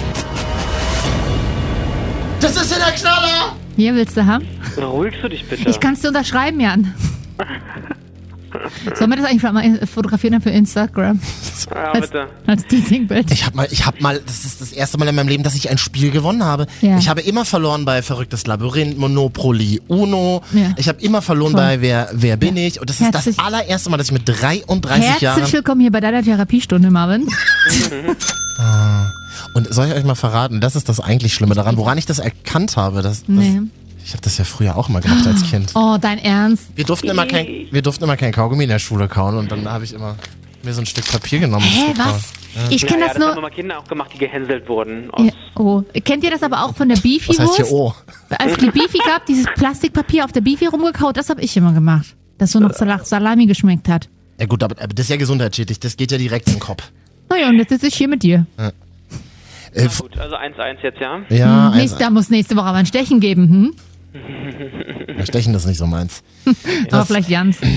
Das ist ja der Knaller.
Hier willst du haben?
Beruhigst du dich bitte?
Ich kann es dir unterschreiben, Jan. Sollen wir das eigentlich mal fotografieren dann für Instagram?
ja,
Als,
bitte.
als Teasing-Bild.
Ich habe mal, ich habe mal, das ist das erste Mal in meinem Leben, dass ich ein Spiel gewonnen habe.
Ja.
Ich habe immer verloren bei Verrücktes Labyrinth, Monopoly, Uno.
Ja.
Ich habe immer verloren
Toll.
bei Wer, wer bin ich? Und das ist
Herzlich-
das allererste Mal, dass ich mit 33
Herzlich
Jahren
willkommen hier bei deiner Therapiestunde, Marvin.
Und soll ich euch mal verraten, das ist das eigentlich Schlimme daran, woran ich das erkannt habe. Dass, dass,
Nee.
Ich habe das ja früher auch mal gemacht als Kind.
Oh, dein Ernst?
Wir durften immer kein, wir durften immer kein Kaugummi in der Schule kauen und dann habe ich immer mir so ein Stück Papier genommen. und
Hä,
das gekaut.
was? Ich
Ja,
kenne
ja,
das
das haben
nur.
immer Kinder auch gemacht, die gehänselt wurden. Aus
Ja, oh. Kennt ihr das aber auch von der
Was heißt hier oh?
Beefy-Wurst?
O?
Als es die Beefy gab, dieses Plastikpapier auf der Beefy rumgekaut, das habe ich immer gemacht. Das so nach
Äh.
Sal- Salami geschmeckt hat.
Ja gut, aber, aber das ist ja gesundheitsschädlich, das geht ja direkt in den Kopf.
Naja, und jetzt sitze ich hier mit dir.
Äh,
Na
f-
gut, also 1-1 jetzt, ja?
ja, also, ein,
Nächster muss Hm, nächste Woche aber ein Stechen geben, hm?
ein Stechen ist nicht so meins.
Aber vielleicht Jans.
Gut,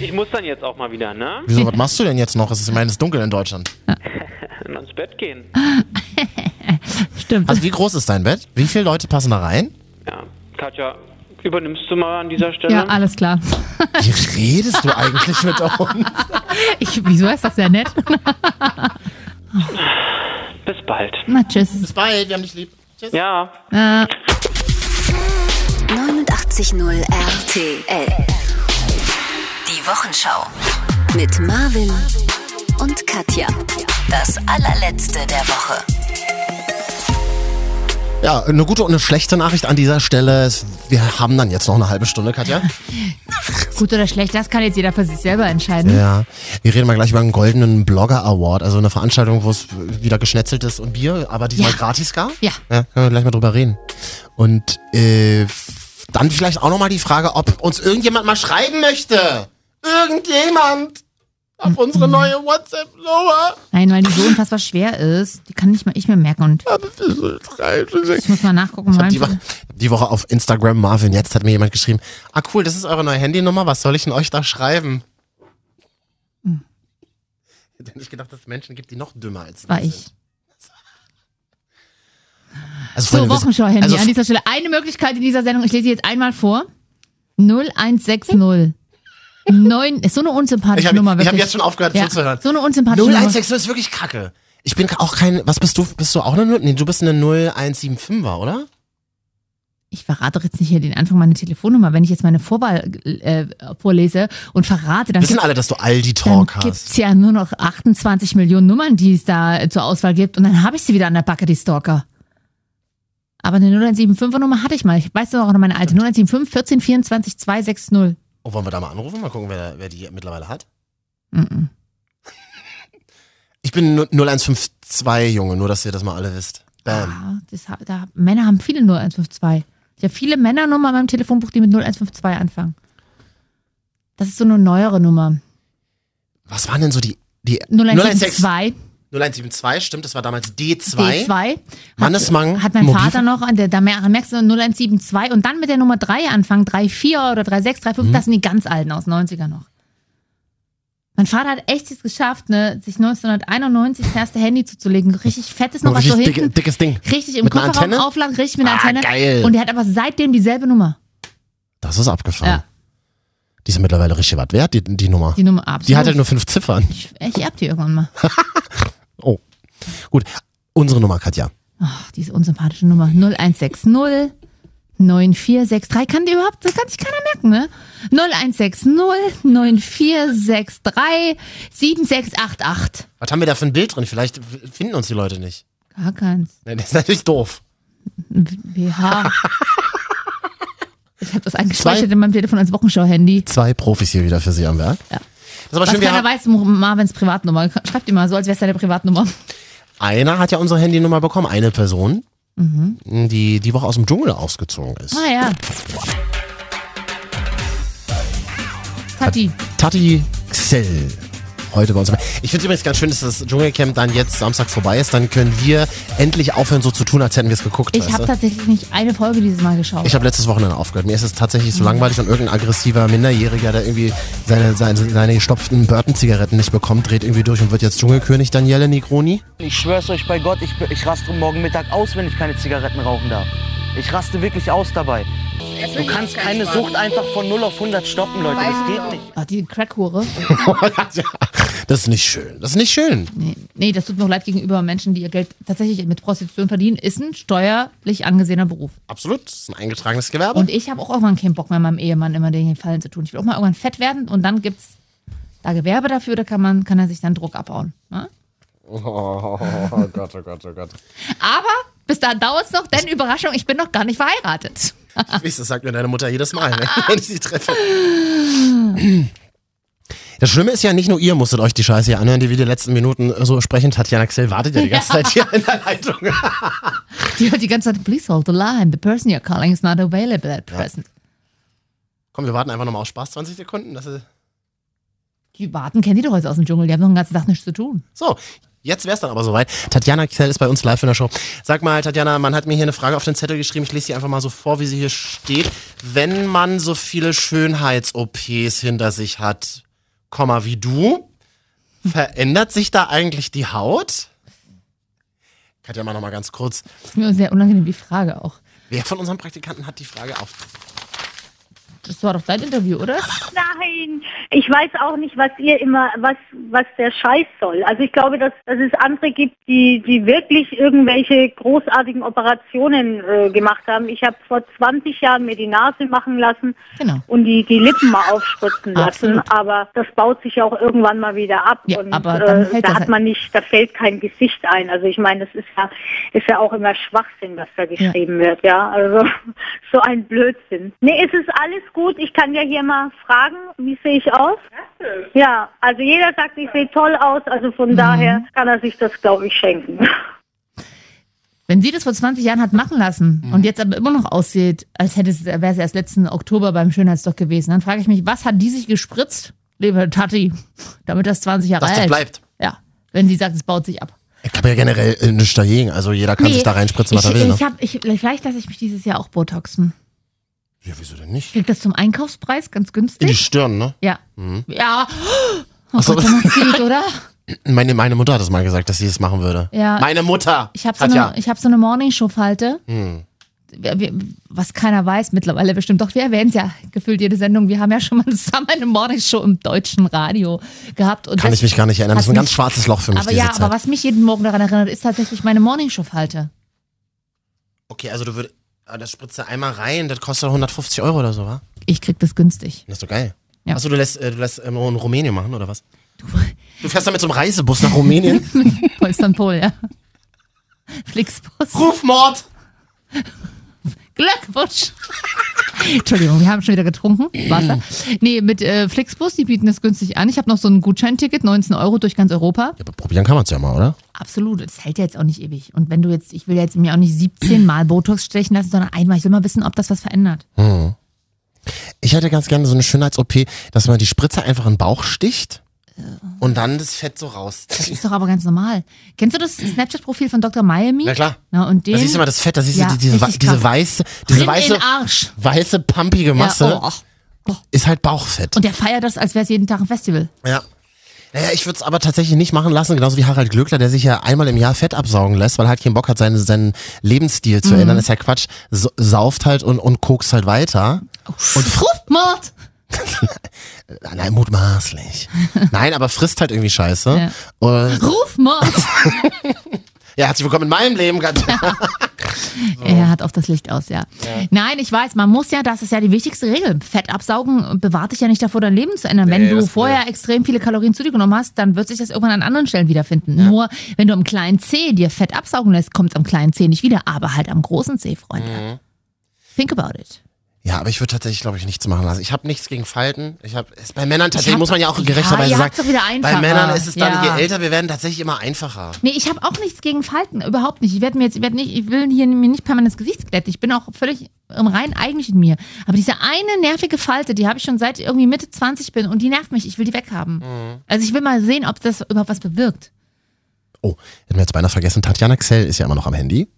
Ich muss dann jetzt auch mal wieder, ne?
Wieso, was machst du denn jetzt noch? Es ist, ich meine, es ist dunkel in Deutschland.
Und ans Bett gehen.
Ah. Stimmt.
Also wie groß ist dein Bett? Wie viele Leute passen da rein?
Ja. Katja, übernimmst du mal an dieser Stelle?
Also,
Ja, alles klar.
Wie redest du eigentlich mit uns?
Ich, wieso ist das ja nett?
Bis bald.
Na, tschüss.
Bis bald, wir haben dich lieb. Tschüss.
Ja.
Äh,
89.0 RTL. Die Wochenschau. Mit Marvin und Katja. Das allerletzte der Woche.
Ja, eine gute und eine schlechte Nachricht an dieser Stelle. ist, Wir haben dann jetzt noch eine halbe Stunde, Katja.
gut oder schlecht, das kann jetzt jeder für sich selber entscheiden.
Ja, wir reden mal gleich über einen goldenen Blogger Award, also eine Veranstaltung, wo es wieder geschnetzelt ist und Bier, aber diesmal
Ja.
gratis gab.
Ja.
ja. Können wir gleich mal drüber reden. Und äh, f- dann vielleicht auch nochmal die Frage, ob uns irgendjemand mal schreiben möchte. Irgendjemand auf unsere neue WhatsApp-Nummer.
Nein, weil die so unfassbar schwer ist. Die kann nicht mal ich mir merken. Und ich muss mal nachgucken.
Ich hab die,
wann-
Wo- die Woche auf Instagram Marvin, jetzt hat mir jemand geschrieben, ah cool, das ist eure neue Handynummer, was soll ich denn euch da schreiben?
Hm.
Ich hätte nicht gedacht, dass es Menschen gibt, die noch dümmer als
war
wir
ich.
sind. Also,
So,
Freunde, wir-
Wochenschau-Handy
also,
an dieser Stelle. Eine Möglichkeit in dieser Sendung, ich lese sie jetzt einmal vor. 0160. 9, ist so eine
ich
unsympathische
habe
Nummer,
hab
wirklich.
jetzt schon aufgehört
ja,
zuzuhören.
So eine unsympathische Nummer.
0160 ist wirklich kacke. Ich bin auch kein, was bist du, bist du auch eine, Null- nee, du bist eine 0175er, oder?
Ich verrate doch jetzt nicht hier den Anfang meiner Telefonnummer. Wenn ich jetzt meine Vorwahl äh, vorlese und verrate, dann
Wissen
gibt
alle, dass du Aldi Talk
dann
hast.
gibt's ja nur noch 28 Millionen Nummern, die es da äh, zur Auswahl gibt. Und dann habe ich sie wieder an der Backe, die Stalker. Aber eine 0175er Nummer hatte ich mal. Ich weiß doch auch noch meine alte. 0175 14 24 260.
Oh, wollen wir da mal anrufen? Mal gucken, wer, wer die mittlerweile hat.
Mm -mm.
Ich bin 0152, Junge, nur dass ihr das mal alle wisst. Bam.
Ah, das, ha- da, Männer haben viele 0152. Ich habe viele Männernummern in meinem Telefonbuch, die mit 0152 anfangen. Das ist so eine neuere Nummer.
Was waren denn so die. die
0172,
0172, stimmt, das war damals D2.
D2.
Mannesmann.
Hat mein
Mobil-
Vater noch, an der, da mer- merkst du 0172 und dann mit der Nummer 3 anfangen, 34 oder 36,
Mhm.
35, das sind die ganz alten aus 90er noch. Mein Vater hat echt es geschafft, ne, sich 1991 das erste Handy zuzulegen. Richtig fettes noch
Ein
was so
richtig
hinten.
dicke, dickes Ding.
Richtig, im
Mit einer
Kofferraum
Antenne?
aufladen, richtig mit einer
Ah,
Antenne.
geil.
Und der hat aber seitdem dieselbe Nummer.
Das ist abgefahren.
Ja.
Die ist mittlerweile richtig was wert, die, die Nummer.
Die Nummer ab.
Die hat ja nur fünf Ziffern.
ich, ich erb die irgendwann mal.
Oh. Gut. Unsere Nummer, Katja.
Ach, diese unsympathische Nummer. 0160 9463. Kann die überhaupt, das kann sich keiner merken, ne? 0160 9463 7688.
Was haben wir da für ein Bild drin? Vielleicht finden uns die Leute nicht.
Gar keins.
Nein, das ist natürlich doof.
BH. Ich habe das eingespeichert in meinem Telefon als Wochenschau-Handy.
Zwei Profis hier wieder für Sie am Werk.
Ja.
Das ist aber
Was
schön, wir
keiner
haben,
weiß, Marvins Privatnummer. Schreib die mal so, als wäre es deine Privatnummer.
einer hat ja unsere Handynummer bekommen, eine Person,
Mhm.
die die Woche aus dem Dschungel ausgezogen ist.
Ah ja. Tati.
Tati Xell. heute bei uns. Ich finde übrigens ganz schön, dass das Dschungelcamp dann jetzt Samstag vorbei ist. Dann können wir endlich aufhören, so zu tun, als hätten wir es geguckt.
Ich
weißt
habe
du?
tatsächlich nicht eine Folge dieses Mal geschaut.
Ich habe letztes Wochenende aufgehört. Mir ist es tatsächlich so langweilig und irgendein aggressiver Minderjähriger, der irgendwie seine, seine, seine gestopften Burton-Zigaretten nicht bekommt, dreht irgendwie durch und wird jetzt Dschungelkönig Daniele Negroni.
Ich schwör's euch bei Gott, ich, ich raste morgen Mittag aus, wenn ich keine Zigaretten rauchen darf. Ich raste wirklich aus dabei. Du kannst keine Sucht einfach von 0 auf 100 stoppen, Leute. Das geht nicht.
Ach, Ah, die Crackhure.
Ja, das ist nicht schön. Das ist nicht schön.
Nee, nee, das tut mir auch leid gegenüber Menschen, die ihr Geld tatsächlich mit Prostitution verdienen. Ist ein steuerlich angesehener Beruf.
Absolut. Das ist ein eingetragenes Gewerbe.
Und ich habe auch irgendwann keinen Bock mehr, meinem Ehemann immer den Fallen zu tun. Ich will auch mal irgendwann fett werden und dann gibt's da Gewerbe dafür, da kann, man, kann er sich dann Druck abbauen. Ne?
oh Gott, oh Gott, oh Gott.
Aber bis dahin dauert's noch, denn Überraschung, ich bin noch gar nicht verheiratet.
Weißt, du, das sagt mir deine Mutter jedes Mal, ne? wenn ich sie treffe. Das Schlimme ist ja, nicht nur ihr musstet euch die Scheiße hier anhören, die wir die letzten Minuten äh, so sprechen. Tatjana Xell wartet ja die ganze Zeit hier in der Leitung.
Die hört die ganze Zeit, please hold the line, the person you're calling is not available at present.
Komm, wir warten einfach nochmal auf Spaß, 20 Sekunden. Das ist
Die warten, kennen die doch jetzt aus dem Dschungel, die haben noch den ganzen Tag nichts zu tun.
so, jetzt wär's dann aber soweit. Tatjana Xell ist bei uns live in der Show. Sag mal, Tatjana, man hat mir hier eine Frage auf den Zettel geschrieben. Ich lese sie einfach mal so vor, wie sie hier steht. Wenn man so viele Schönheits-OPs hinter sich hat, Komma, wie du, verändert sich da eigentlich die Haut? Katja, mal noch mal ganz kurz.
Das ist mir sehr unangenehm, die Frage auch.
Wer von unseren Praktikanten hat die Frage auf?
Das war doch dein Interview, oder?
Nein, ich weiß auch nicht, was ihr immer, was, was der Scheiß soll. Also ich glaube, dass, dass es andere gibt, die, die wirklich irgendwelche großartigen Operationen äh, gemacht haben. Ich habe vor 20 Jahren mir die Nase machen lassen
Genau.
und die, die Lippen mal aufspritzen lassen,
Absolut.
aber das baut sich auch irgendwann mal wieder ab
Ja,
und äh,
aber dann fällt das
da
halt
hat man nicht, da fällt kein Gesicht ein. Also ich meine, das ist ja, ist ja auch immer Schwachsinn, was da geschrieben wird, ja. Also so ein Blödsinn. Nee, es ist alles gut. Ich kann ja hier mal fragen, wie sehe ich aus? Ja, also jeder sagt, ich sehe toll aus, also von
Mhm.
daher kann er sich das, glaube ich, schenken.
Wenn sie das vor 20 Jahren hat machen lassen
Mhm.
und jetzt aber immer noch aussieht, als hätte es, wäre sie erst letzten Oktober beim Schönheitsdoc gewesen, dann frage ich mich, was hat die sich gespritzt, liebe Tati, damit das 20 Jahre
Dass das
alt
bleibt.
Ja, wenn sie sagt, es baut sich ab.
Ich habe ja generell äh, nichts dagegen. Also jeder kann sich da reinspritzen, was
ich,
er will. Ne?
Ich hab, ich, vielleicht lasse ich mich dieses Jahr auch botoxen.
Ja, wieso denn nicht?
Kriegt das zum Einkaufspreis ganz
In die
günstig?
Stirn, ne?
Ja. Ja. Oh
so.
Gott, wenn man sieht, oder?
Meine, meine Mutter hat das mal gesagt, dass sie es machen würde.
Ja.
Meine Mutter!
Ich habe so,
Katja. Hm.
eine- ich hab so eine Morningshow-Falte. Wir- wir- Was keiner weiß, mittlerweile bestimmt doch. Wir erwähnen es ja gefühlt jede Sendung. Wir haben ja schon mal zusammen eine Morningshow im deutschen Radio gehabt. Und
Kann
das
ich mich gar nicht erinnern. Das ist
hat
ein ganz
mich-
schwarzes Loch für mich,
Aber
diese
ja,
Zeit.
aber was mich jeden Morgen daran erinnert, ist tatsächlich meine Morningshow-Falte.
Okay, also du würdest. Das spritzt du einmal rein, das kostet 150 Euro oder so, wa?
Ich krieg das günstig.
Das ist doch geil.
Ja.
Achso, du lässt, äh, du lässt ähm, in Rumänien machen, oder was? Du fährst dann mit so einem Reisebus nach Rumänien.
Polsternpol, ja. Flixbus.
Rufmord!
Glückwunsch. Entschuldigung, wir haben schon wieder getrunken. Wasser. Nee, mit äh, Flixbus, die bieten das günstig an. Ich habe noch so ein Gutscheinticket, 19 Euro durch ganz Europa.
Ja, aber probieren kann man es ja mal, oder?
Absolut, das hält ja jetzt auch nicht ewig. Und wenn du jetzt, ich will jetzt mir auch nicht 17 Mal Botox stechen lassen, sondern einmal, ich will mal wissen, ob das was verändert.
Ich hätte ganz gerne so eine Schönheits-OP, dass man die Spritze einfach in den Bauch sticht und dann das Fett so
Das
rauszieht.
ist doch aber ganz normal. Kennst du das Snapchat-Profil von Dr. Miami?
Na klar.
Na, und den,
Da siehst du mal das Fett, da siehst du
Ja,
die- diese, wei-
richtig
diese
krass.
weiße, diese
Prin
weiße,
in Arsch.
weiße, pumpige Masse
Ja, oh, oh.
ist halt Bauchfett.
Und der feiert das, als wäre es jeden Tag ein Festival.
Ja. Naja, ich würde es aber tatsächlich nicht machen lassen, genauso wie Harald Glöckler, der sich ja einmal im Jahr Fett absaugen lässt, weil er halt keinen Bock hat, seinen, seinen Lebensstil
Mhm.
zu ändern. Ist ja Quatsch. So, sauft halt und, und kokst halt weiter.
Und Rufmord!
Nein, mutmaßlich. Nein, aber frisst halt irgendwie Scheiße.
Ja.
Und,
Rufmord!
ja, herzlich willkommen in meinem Leben.
Er hat auf das Licht aus, ja. Nein, ich weiß, man muss ja, das ist ja die wichtigste Regel. Fett absaugen bewahrt dich ja nicht davor, dein Leben zu ändern.
Nee,
wenn du
das-
vorher extrem viele Kalorien zu dir genommen hast, dann wird sich das irgendwann an anderen Stellen wiederfinden. Nur, wenn du am kleinen C dir Fett Mhm. absaugen lässt, kommt es am kleinen C nicht wieder, aber halt am großen C, Freunde. Think about it.
Ja, aber ich würde tatsächlich, glaube ich, nichts machen lassen. Ich habe nichts gegen Falten. Ich habe bei Männern tatsächlich
hab-
muss man ja auch
Ja,
gerechterweise
ihr
sagen.
habt's doch wieder einfacher.
Bei Männern ist es dann,
Ja.
je älter wir werden, tatsächlich immer einfacher.
Nee, ich habe auch nichts gegen Falten, überhaupt nicht. Ich werde mir jetzt, ich werde nicht, ich will hier mir nicht permanent das Gesicht glätten. Ich bin auch völlig im Reinen eigentlich in mir. Aber diese eine nervige Falte, die habe ich schon seit ich irgendwie Mitte 20 bin und die nervt mich. Ich will die weghaben. Also ich will mal sehen, ob das überhaupt was bewirkt.
Oh, hätten wir jetzt beinahe vergessen. Tatjana Xell ist ja immer noch am Handy.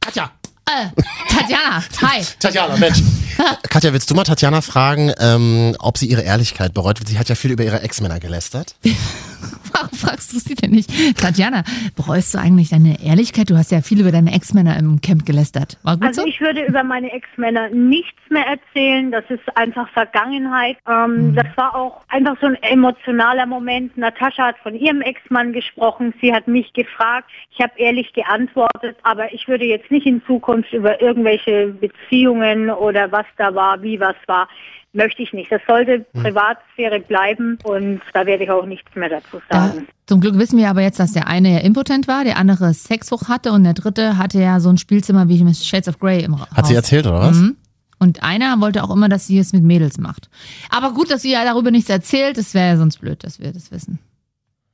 Katja!
Äh, Tatjana, hi.
Tatjana, Mensch. Katja, willst du mal Tatjana fragen, ähm, ob sie ihre Ehrlichkeit bereut? Sie hat ja viel über ihre Ex-Männer gelästert.
Warum fragst du sie denn nicht? Tatjana, bereust du eigentlich deine Ehrlichkeit? Du hast ja viel über deine Ex-Männer im Camp gelästert. War Ah, gut
Also
so?
ich würde über meine Ex-Männer nichts mehr erzählen. Das ist einfach Vergangenheit.
Mhm.
Ähm, Das war auch einfach so ein emotionaler Moment. Natascha hat von ihrem Ex-Mann gesprochen. Sie hat mich gefragt. Ich habe ehrlich geantwortet. Aber ich würde jetzt nicht in Zukunft über irgendwelche Beziehungen oder was da war, wie was war, möchte ich nicht. Das sollte
Mhm.
Privatsphäre bleiben. Und da werde ich auch nichts mehr dazu
Da,
sagen.
zum Glück wissen wir aber jetzt, dass der eine ja impotent war, der andere Sexhoch hatte und der dritte hatte ja so ein Spielzimmer wie mit Shades of Grey im Ra- Haus.
Hat sie erzählt, oder was?
Mhm. Und einer wollte auch immer, dass sie es mit Mädels macht. Aber gut, dass sie ja darüber nichts erzählt, das wäre ja sonst blöd, dass wir das wissen.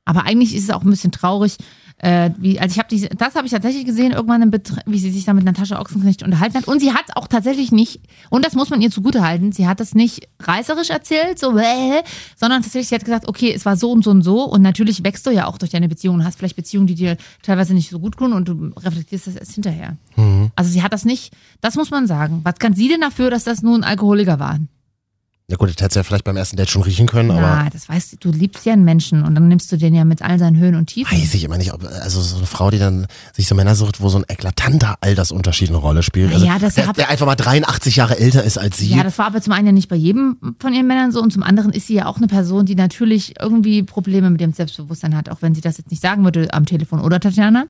Aber eigentlich ist es auch ein bisschen traurig, äh, wie, also ich habe die, das habe ich tatsächlich gesehen, irgendwann, im Betre- wie sie sich da mit Natascha Ochsenknecht unterhalten hat. Und sie hat auch tatsächlich nicht, und das muss man ihr zugutehalten, sie hat das nicht reißerisch erzählt, so, bäh, sondern tatsächlich, sie hat gesagt, okay, es war so und so und so. Und natürlich wächst du ja auch durch deine Beziehung und hast vielleicht Beziehungen, die dir teilweise nicht so gut tun und du reflektierst das erst hinterher. Also sie hat das nicht, das muss man sagen. Was kann sie denn dafür, dass das nun Alkoholiker waren?
Ja gut, das hätte sie ja vielleicht beim ersten Date schon riechen können, aber
Na, das weißt du, du liebst ja einen Menschen und dann nimmst du den ja mit all seinen Höhen und Tiefen.
weiß ich immer nicht, ob, also so eine Frau, die dann sich so Männer sucht, wo so ein eklatanter Altersunterschied eine Rolle spielt. Also
Ja, das
der,
hab-
der einfach mal 83 Jahre älter ist als sie.
Ja, das war aber zum einen ja nicht bei jedem von ihren Männern so und zum anderen ist sie ja auch eine Person, die natürlich irgendwie Probleme mit dem Selbstbewusstsein hat, auch wenn sie das jetzt nicht sagen würde am Telefon, oder Tatjana?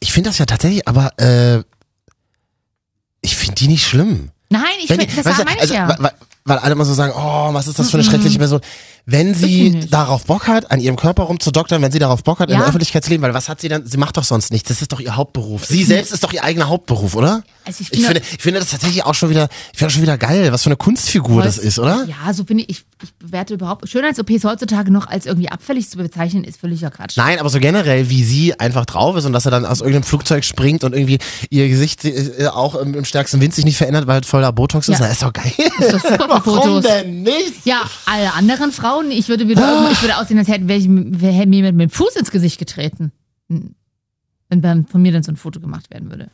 ich finde das ja tatsächlich, aber äh, ich finde die nicht schlimm.
Nein, ich
Wenn
find,
die-
das
weißt du,
meine ich
also,
ja.
wa- wa- Weil alle immer so sagen, oh, was ist das für eine schreckliche Person. Wenn
sie
sie
Mhm. nicht.
darauf Bock hat, an ihrem Körper rumzudoktern, wenn sie darauf Bock hat, im
Ja.
Öffentlichkeitsleben, weil was hat sie dann? Sie macht doch sonst nichts. Das ist doch ihr Hauptberuf. Sie selbst ist doch ihr eigener Hauptberuf, oder?
Also ich
Ich
finde-
finde, ich finde das tatsächlich auch schon wieder, ich finde das schon wieder geil, was für eine Kunstfigur das ist, oder?
Ja, so finde ich, ich, ich bewerte überhaupt, Schönheits-OPs heutzutage noch als irgendwie abfällig zu bezeichnen, ist völliger Quatsch.
Nein, aber so generell, wie sie einfach drauf ist und dass er dann aus irgendeinem Flugzeug springt und irgendwie ihr Gesicht äh, auch im, im stärksten Wind sich nicht verändert, weil halt voller Botox ist,
Ja.
na, ist doch geil.
Ist doch super für
Warum
Fotos.
denn nicht?
Ja, alle anderen Frauen, ich würde wieder
Ah.
irgendwo, ich würde aussehen, als hätte, wäre ich, wäre mir jemand mit dem Fuß ins Gesicht getreten. Hm. Wenn dann von mir dann so ein Foto gemacht werden würde.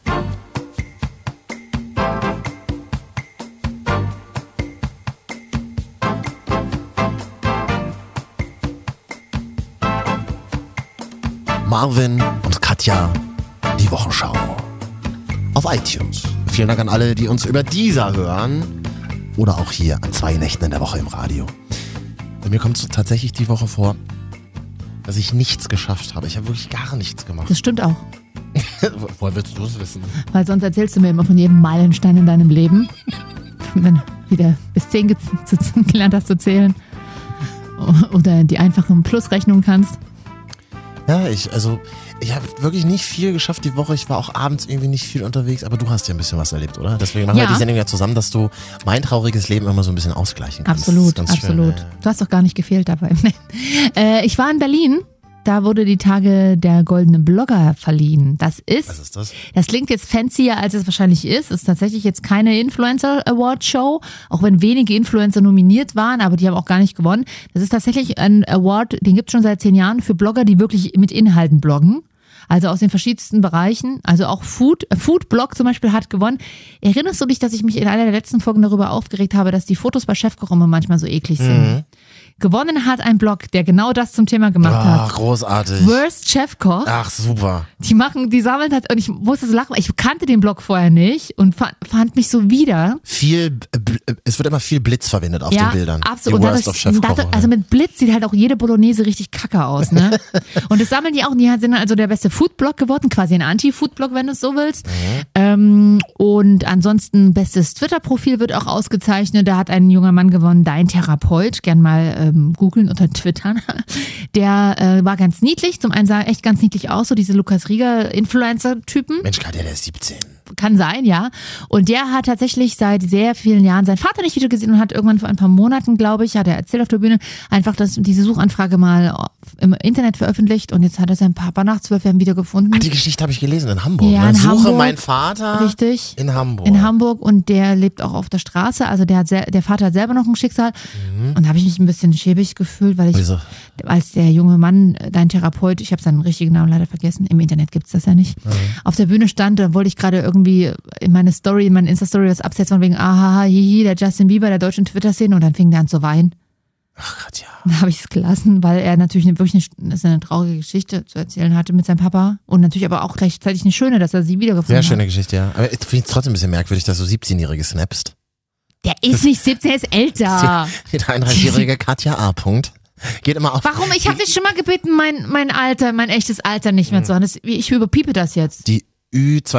Marvin und Katja, die Wochenschau. Auf iTunes. Vielen Dank an alle, die uns über dieser hören. Oder auch hier an zwei Nächten in der Woche im Radio. Bei mir kommt es tatsächlich die Woche vor, dass ich nichts geschafft habe. Ich habe wirklich gar nichts gemacht.
Das stimmt auch.
Wo- Woher willst du es wissen?
Weil sonst erzählst du mir immer von jedem Meilenstein in deinem Leben. Und Wenn du wieder bis 10 ge- zu- zu- gelernt hast zu zählen. O- Oder die einfachen Plusrechnungen kannst.
Ja, ich, also, ich habe wirklich nicht viel geschafft die Woche. Ich war auch abends irgendwie nicht viel unterwegs, aber du hast ja ein bisschen was erlebt, oder? Deswegen machen
Ja.
wir die Sendung ja zusammen, dass du mein trauriges Leben immer so ein bisschen ausgleichen kannst. Das ist
Absolut,
ganz schön,
absolut.
ja.
Du hast doch gar nicht gefehlt dabei. äh, ich war in Berlin. Da wurde die Tage der goldene Blogger verliehen. Das ist
Was ist das?
Das klingt jetzt fancier, als es wahrscheinlich ist. Es ist tatsächlich jetzt keine Influencer Award Show, auch wenn wenige Influencer nominiert waren, aber die haben auch gar nicht gewonnen. Das ist tatsächlich ein Award, den gibt es schon seit zehn Jahren für Blogger, die wirklich mit Inhalten bloggen. Also aus den verschiedensten Bereichen, also auch Food, äh, Food Blog zum Beispiel hat gewonnen. Erinnerst du dich, dass ich mich in einer der letzten Folgen darüber aufgeregt habe, dass die Fotos bei Chefkochrumme manchmal so eklig sind? Gewonnen hat ein Blog, der genau das zum Thema gemacht
Ah,
hat.
großartig.
Worst Chefkoch.
Ach, super.
Die machen, die sammeln halt, und ich musste so lachen, weil ich kannte den Blog vorher nicht und fand, fand mich so wieder.
Viel, äh, bl- äh, es wird immer viel Blitz verwendet auf den Bildern.
absolut.
Die
Und
Worst of Chef ne?
dadurch, also mit Blitz sieht halt auch jede Bolognese richtig kacke aus, ne? und das sammeln die auch, und die sind also der beste Foodblog geworden, quasi ein Anti-Foodblog, wenn du es so
Mhm.
willst. Ähm, und ansonsten, bestes Twitter-Profil wird auch ausgezeichnet. Da hat ein junger Mann gewonnen, dein Therapeut, gern mal äh, ähm, googeln oder twittern. Der äh, war ganz niedlich. Zum einen sah er echt ganz niedlich aus, so diese Lukas Rieger Influencer-Typen.
Mensch, Katja, der ist 17.
Kann sein, ja. Und der hat tatsächlich seit sehr vielen Jahren seinen Vater nicht wieder gesehen und hat irgendwann vor ein paar Monaten, glaube ich, hat er erzählt auf der Bühne, einfach das, diese Suchanfrage mal auf- im Internet veröffentlicht und jetzt hat er seinen Papa nach zwölf Jahren wieder gefunden.
Ah, die Geschichte habe ich gelesen in Hamburg.
Ja,
ne?
in
Suche
Hamburg.
meinen Vater
Richtig.
in Hamburg.
in Hamburg und der lebt auch auf der Straße. Also der, hat sel- der Vater hat selber noch ein Schicksal.
Mhm.
Und da habe ich mich ein bisschen schäbig gefühlt, weil ich,
Wieso?
als der junge Mann, äh, dein Therapeut, ich habe seinen richtigen Namen leider vergessen, im Internet gibt's das ja nicht,
Mhm.
auf der Bühne stand, da wollte ich gerade irgendwie in meine Story, in meine Insta-Story das absetzen von wegen, ah, ahaha, hihi, der Justin Bieber der deutschen Twitter-Szene und dann fing der an zu weinen.
Ach, Katja.
Dann habe ich es gelassen, weil er natürlich eine, wirklich eine, das ist eine traurige Geschichte zu erzählen hatte mit seinem Papa und natürlich aber auch gleichzeitig eine schöne, dass er sie wiedergefunden
Sehr
hat.
schöne Geschichte, ja. Aber ich finde es trotzdem ein bisschen merkwürdig, dass du 17-Jährige snappst.
Der ist nicht 17, er ist älter.
Die 31-jährige Katja A. Punkt. Geht immer auf.
Warum? Ich habe dich schon mal gebeten, mein, mein Alter, mein echtes Alter nicht
Hm.
mehr zu haben. Das, ich überpiepe das jetzt.
Die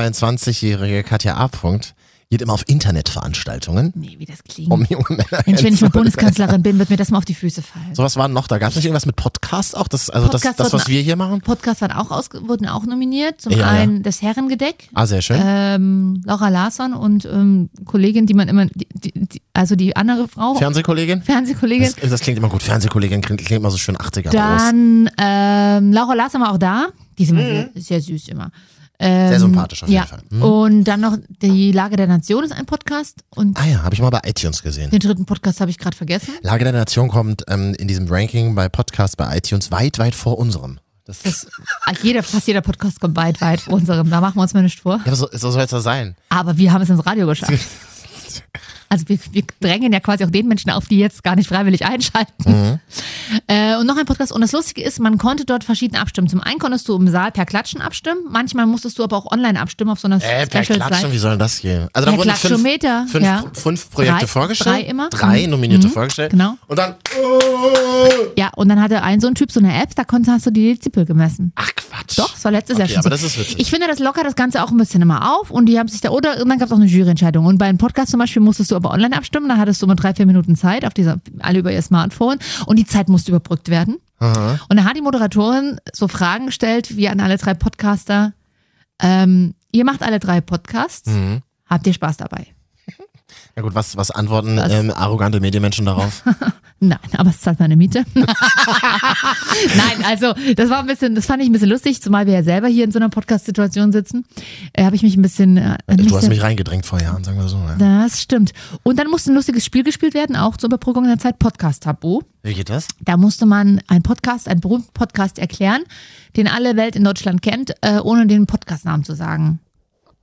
Ü22-jährige Katja A. Punkt geht immer auf Internetveranstaltungen,
Nee, wie das klingt.
um junge Männer
Mensch, wenn ich mal
kennenzulernen.
Bundeskanzlerin bin, wird mir das mal auf die Füße fallen.
Sowas war noch da. Gab es nicht irgendwas mit Podcasts auch? Das, also das,
Podcasts
das, was
wurden-
wir hier machen?
Podcasts waren auch aus, wurden auch nominiert. Zum
Ja, ja.
einen das Herrengedeck.
Ah, sehr schön.
Ähm, Laura Larsson und ähm, Kollegin, die man immer, die, die, die, also die andere Frau,
Fernsehkollegin?
Fernsehkollegin.
Das, das klingt immer gut. Fernsehkollegin klingt, klingt immer so schön 80er groß.
Dann ähm, Laura Larsson war auch da. Die ist immer sehr, sehr süß immer. Ähm,
Mhm. Sehr sympathisch auf jeden
ja.
Fall. Mhm.
Und dann noch die Lage der Nation ist ein Podcast und
Ah ja, habe ich mal bei iTunes gesehen.
Den dritten Podcast habe ich gerade vergessen.
Lage der Nation kommt ähm, in diesem Ranking bei Podcasts bei iTunes weit, weit vor unserem. Das,
Das, jeder, fast jeder Podcast kommt weit, weit vor unserem. Da machen wir uns mal nicht vor.
ja, so, so soll es ja sein.
Aber wir haben es ins Radio geschafft. Also wir, wir drängen ja quasi auch den Menschen auf, die jetzt gar nicht freiwillig einschalten.
Mhm.
Äh, und noch ein Podcast. Und das Lustige ist, man konnte dort verschieden abstimmen. Zum einen konntest du im Saal per Klatschen abstimmen. Manchmal musstest du aber auch online abstimmen auf so einer
Äh, per Klatschen, wie soll denn das gehen? Also da
Per
wurden fünf,
Klatschometer,
fünf,
ja.
fünf Projekte
Drei-
vorgestellt.
drei immer.
Drei
Mhm.
nominierte
Mhm.
vorgestellt.
Genau.
Und dann. oh!
Ja, und dann hatte ein so ein Typ so eine App, da konntest, hast du die Dezibel gemessen.
Ach Quatsch.
Doch, es war letztes Jahr
okay,
schon
aber
so.
das ist witzig.
Ich finde, das lockert das Ganze auch ein bisschen immer auf und die haben sich da, oder und dann gab es auch eine Juryentscheidung. Und bei einem Podcast zum Beispiel musstest du aber online abstimmen, da hattest du immer drei, vier Minuten Zeit, auf dieser, alle über ihr Smartphone und die Zeit musste überbrückt werden.
Aha.
Und da hat die Moderatorin so Fragen gestellt, wie an alle drei Podcaster. Ähm, ihr macht alle drei Podcasts,
Mhm.
habt ihr Spaß dabei?
Ja gut, was, was antworten
Was?
ähm, arrogante Medienmenschen darauf?
Nein, aber es zahlt meine Miete. Nein, also das war ein bisschen, das fand ich ein bisschen lustig, zumal wir ja selber hier in so einer Podcast-Situation sitzen. Äh, Habe ich mich ein bisschen. Äh,
du hast
so-
mich reingedrängt vor Jahren, sagen wir so. Ne?
Das stimmt. Und dann musste ein lustiges Spiel gespielt werden, auch zur Überbrückung der Zeit, Podcast-Tabu.
Wie geht das?
Da musste man einen Podcast, einen berühmten Podcast erklären, den alle Welt in Deutschland kennt, äh, ohne den Podcastnamen zu sagen.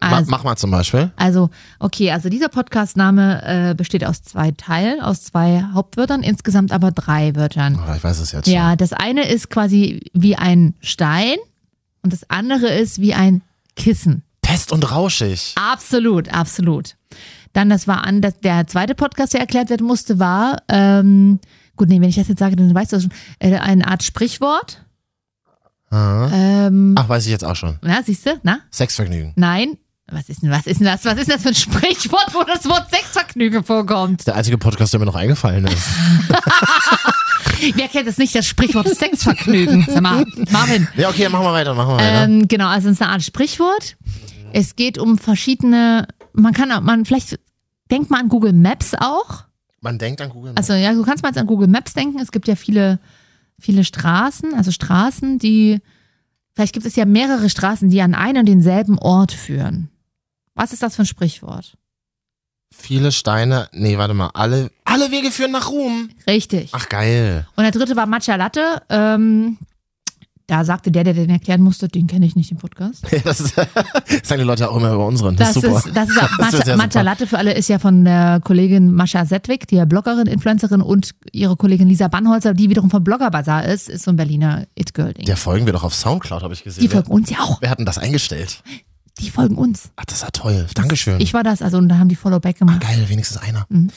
Ma
Also,
mach mal zum Beispiel.
also, okay, also dieser Podcastname äh, besteht aus zwei Teilen, aus zwei Hauptwörtern, insgesamt aber drei Wörtern.
Oh, ich weiß es jetzt
Ja, das eine ist quasi wie ein Stein und das andere ist wie ein Kissen.
schon. Fest und rauschig.
Absolut, absolut. Dann, das war an, das, der zweite Podcast, der erklärt werden musste, war, ähm, gut, nee, wenn ich das jetzt sage, dann weißt du das schon, äh, eine Art Sprichwort.
Aha.
Ähm,
Ah, Ach, weiß ich jetzt auch schon.
Na, siehst du, na?
Sexvergnügen.
Nein. Was ist denn, was ist denn das? Was ist denn das für ein Sprichwort, wo das Wort Sexvergnügen vorkommt?
Der einzige Podcast, der mir noch eingefallen ist.
Wer kennt das nicht, das Sprichwort Sexvergnügen? Sag mal, Marvin.
ja, okay, dann machen wir weiter, machen wir weiter.
Ähm, genau, also es ist eine Art Sprichwort. Es geht um verschiedene, man kann, auch- man vielleicht denkt man an Google Maps auch.
Man denkt an Google. Maps.
Also ja, du kannst mal jetzt an Google Maps denken. Es gibt ja viele, viele Straßen, also Straßen, die, vielleicht gibt es ja mehrere Straßen, die an einen und denselben Ort führen. Was ist das für ein Sprichwort?
Viele Steine. Nee, warte mal. Alle, alle Wege führen nach Ruhm.
Richtig.
Ach, geil.
Und der dritte war Matcha Latte. Ähm, da sagte der, der den erklären musste, den kenne ich nicht im Podcast.
Das, ist, das sagen die Leute auch immer über unseren. Das,
Das
ist super.
ist, das ist
Das ist
Matcha,
sehr
Matcha
super.
Latte für alle ist ja von der Kollegin Mascha Sedwick, die ja Bloggerin, Influencerin und ihre Kollegin Lisa Bannholzer, die wiederum vom Blogger Bazaar ist, ist so ein Berliner It-Girl-Ding.
Der folgen wir doch auf Soundcloud, habe ich gesehen.
Die
wer,
folgen uns ja auch.
wer hat denn das eingestellt?
Die folgen uns.
Ach, das ist ja toll. Dankeschön. Ah,
Ich war das, also und da haben die Follow-Back gemacht.
Geil, wenigstens einer. Und